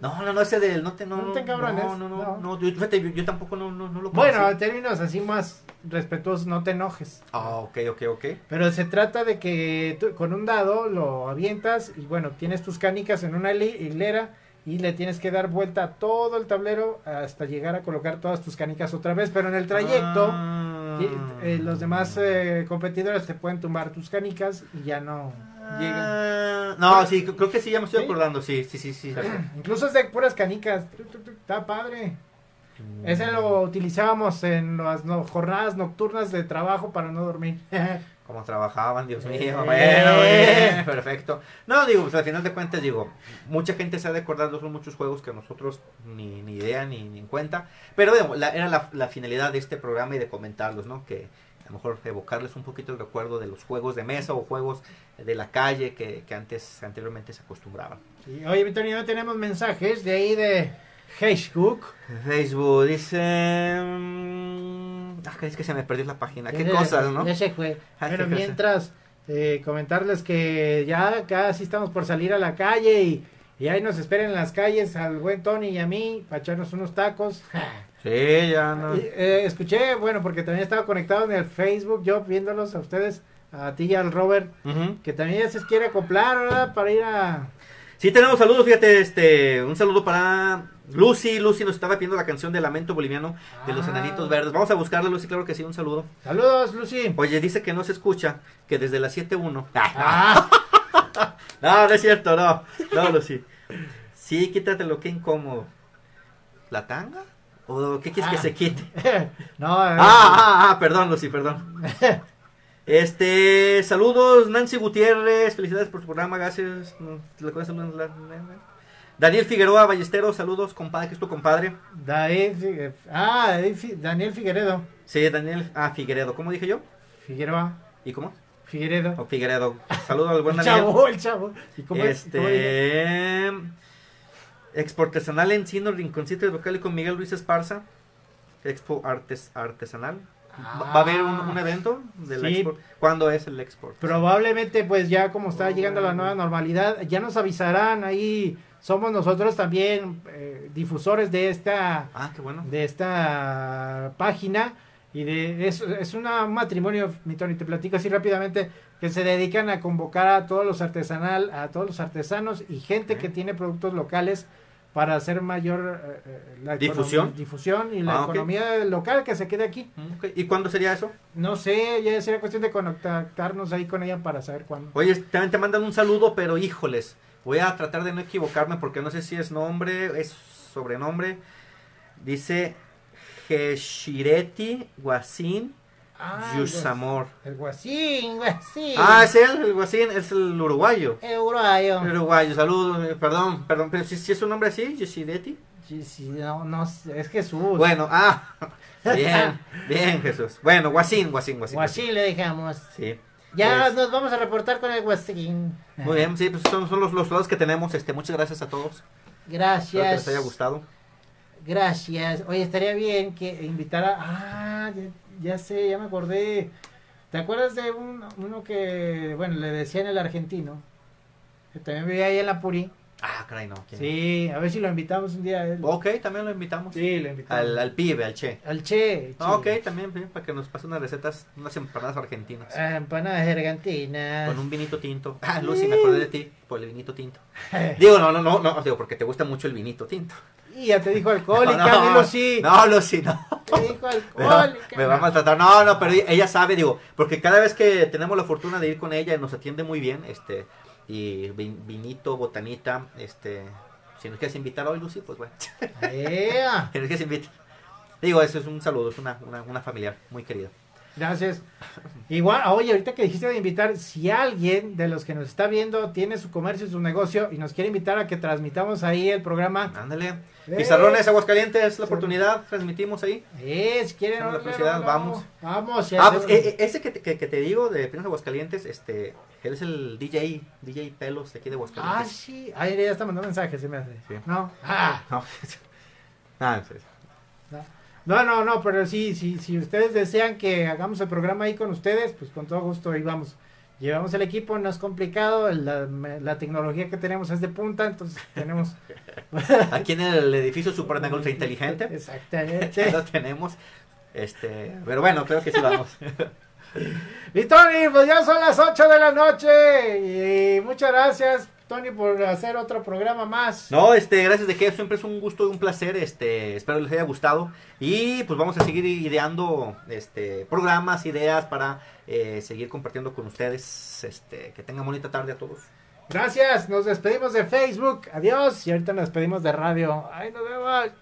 No, no, no, ese del no te, no,
No
no,
te encabrones,
no, no, no,
no.
no, yo, fíjate, yo, yo tampoco no, no, no lo
Bueno,
conocí.
en términos así más respetuosos, no te enojes.
Ah, ok, ok, ok.
Pero se trata de que tú con un dado lo avientas y bueno, tienes tus canicas en una li- hilera y le tienes que dar vuelta a todo el tablero hasta llegar a colocar todas tus canicas otra vez, pero en el trayecto...
Ah.
ti- eh, los demás eh, competidores te pueden tumbar tus canicas y ya no llegan.
Ah, No, sí, creo que sí, ya me estoy
¿Sí?
acordando, sí, sí, sí, sí.
Incluso es de puras canicas. Tu, tu, tu, Está padre. [CLEARS THROAT] Ese lo utilizábamos en las no- jornadas nocturnas de trabajo para no dormir. [LAUGHS]
Cómo trabajaban, Dios mío.
Eh.
Bueno, bueno, perfecto. No, digo, pues al final de cuentas, digo, mucha gente se ha de acordar de otros muchos juegos que nosotros ni, ni idea ni, ni en cuenta. Pero digamos, la- era la, la finalidad de este programa y de comentarlos, ¿no? Que a lo mejor evocarles un poquito el recuerdo de los juegos de mesa o juegos de la calle que, que antes anteriormente se acostumbraban.
Sí, Oye, Victoria, no tenemos mensajes de ahí de Facebook.
Facebook dice. mm, Ah, es que se me perdió la página. Qué cosas, ¿no?
Ya se fue.
Ay, qué
Pero
cosas.
mientras, eh, comentarles que ya casi estamos por salir a la calle y, y ahí nos esperan en las calles al buen Tony y a mí para echarnos unos tacos.
Sí, ya no.
Y, eh, escuché, bueno, porque también estaba conectado en el Facebook, yo viéndolos a ustedes, a ti y al Robert.
Ujú.
Que también ya se quiere acoplar, ¿verdad? Para ir a...
Sí, tenemos saludos, fíjate, este, un saludo para Lucy, Lucy nos estaba pidiendo la canción de Lamento Boliviano de los
Ah.
Enanitos Verdes. Vamos a buscarla, Lucy, claro que sí, un saludo.
Saludos, Lucy.
Oye, dice que no se escucha, que desde las [LAUGHS] 7.1.
Ah,
No, no es cierto, no. No, Lucy. Sí, quítatelo, qué incómodo. ¿La tanga? ¿O qué
Ah.
quieres
[LAUGHS]
que se quite?
no, eh,
Ah, ah, ah, perdón,
[LAUGHS]
Lucy, perdón. Este, saludos, Nancy Gutiérrez, felicidades por su programa, gracias. No, ¿te acuerdas? Saludos, la- la- la- Daniel Figueroa Ballesteros, saludos, compadre, que es tu compadre.
David Figue- ah, David Fi- Daniel Figueredo.
Sí, Daniel, ah, Figueredo, ¿cómo dije yo?
Figueroa,
¿Y cómo?
Figueredo.
O Figueredo.
[LAUGHS]
Saludos al buen
El
Daniel.
chavo, el chavo. ¿Y cómo es? ¿Cómo es?
Este. Expo Artesanal Encino, Rinconcito del Vocal y con Miguel Luis Esparza. Expo Artes, Artesanal. Va- ¿Va a haber un, un evento del
Ah. Sí.
Expo? ¿Cuándo es el Expo?
Probablemente, pues ya como está llegando la nueva normalidad, ya nos avisarán ahí. Somos nosotros también eh, difusores de esta,
Ah, qué bueno.
de esta página. Y de, es, es una, un matrimonio, mi Tony, te platico así rápidamente, que se dedican a convocar a todos los artesanal, a todos los artesanos y gente
Ok.
que tiene productos locales para hacer mayor eh, eh, la economía-
¿Difusión?
difusión y la
Ah, ok.
economía local que se quede aquí.
Mm, ok. ¿Y cuándo sería eso?
No sé, ya sería cuestión de contactarnos ahí con ella para saber cuándo.
Oye, también te mandan un saludo, pero híjoles. Voy a tratar de no equivocarme porque no sé si es nombre, es sobrenombre. Dice Geshireti Guasín
Ah,
Yusamor.
El guasín, guasín.
Ah, es él, el Guasín, es el uruguayo.
El uruguayo.
Uruguayo, saludos, eh, perdón, perdón, pero si, si es un nombre así, Yoshideti.
Sí, sí, no, no, es Jesús.
Bueno, ah, bien, bien, Jesús. Bueno, Guasín, Guasín, Guasín.
Guasín le dejamos.
Sí.
Ya
Pues,
nos vamos a reportar con el guasín.
Muy bien, sí, pues son, son los, los saludos que tenemos. Este, muchas gracias a todos. Espero que
Gracias.
les haya gustado.
Gracias. Oye, estaría bien que
Que invitara. Ah, ya, ya sé, ya me acordé. ¿Te acuerdas de un- uno que, bueno, le decían el argentino? Que también vivía ahí en la Puri.
Ah, caray, no. ¿quién?
Sí, a ver si lo invitamos un día. a él.
Ok, también lo invitamos.
Sí, lo invitamos.
Al, al pibe, al che.
Al Che.
Ah, ok,
che.
también, bien, para que nos pase unas recetas, unas empanadas argentinas.
Ah, empanadas argentinas.
Con un vinito tinto. Ah, Lucy, me acordé de ti por el
[LAUGHS]
vinito tinto. Digo, no, no, no, no, digo, porque te gusta mucho el vinito tinto.
Y ya te dijo alcohólica,
[LAUGHS] no,
dilo sí.
No, Lucy, no.
Te dijo
[LAUGHS] Me va,
alcohólica.
me va a maltratar. No, no, pero ella sabe, digo, porque cada vez que tenemos la fortuna de ir con ella, nos atiende muy bien, este, y vin- vinito, botanita, este, si nos quieres invitar hoy, Lucy, pues bueno, si
Ah, Ea.
nos quieres invitar. Digo, eso es un saludo, es una, una, una familiar muy querida.
Gracias. Igual, ah, oye, ahorita que dijiste de invitar, si alguien de los que nos está viendo tiene su comercio, su negocio y nos quiere invitar a que transmitamos ahí el programa,
Ándale.
Eh.
Pizarrones, Aguascalientes, la oportunidad, transmitimos ahí.
eh, si quieren,
Hacemos la
órale,
publicidad,
órale,
vamos.
Vamos, y
Ah, pues,
hacemos-
eh, eh, ese que te, que, que te digo de Pinos Aguascalientes, este, él es el DJ, DJ Pelos de aquí de
Ah,
Aguascalientes.
sí. Ahí ya está mandando mensajes, se me hace.
Sí.
No. Ah,
No, pues, [LAUGHS] Ah, en serio.
no, no, no, pero sí, sí, si ustedes desean que hagamos el programa ahí con ustedes, pues con todo gusto ahí vamos. Llevamos el equipo, no es complicado, la, la tecnología que tenemos es de punta, entonces
[LAUGHS]
tenemos...
Aquí en el edificio Super Negocio Inteligente.
[LAUGHS] Exactamente.
Ya lo tenemos. Este, pero bueno, creo que sí vamos.
Y Tony, pues ya son las 8 de la noche. Y muchas gracias, Tony, por hacer otro programa más.
No, este, gracias de que siempre es un gusto y un placer. Este, espero les haya gustado. Y pues vamos a seguir ideando este programas, ideas para eh, seguir compartiendo con ustedes. Este, que tengan bonita tarde a todos.
Gracias, nos despedimos de Facebook. Adiós. Y ahorita nos despedimos de radio. Ahí nos vemos.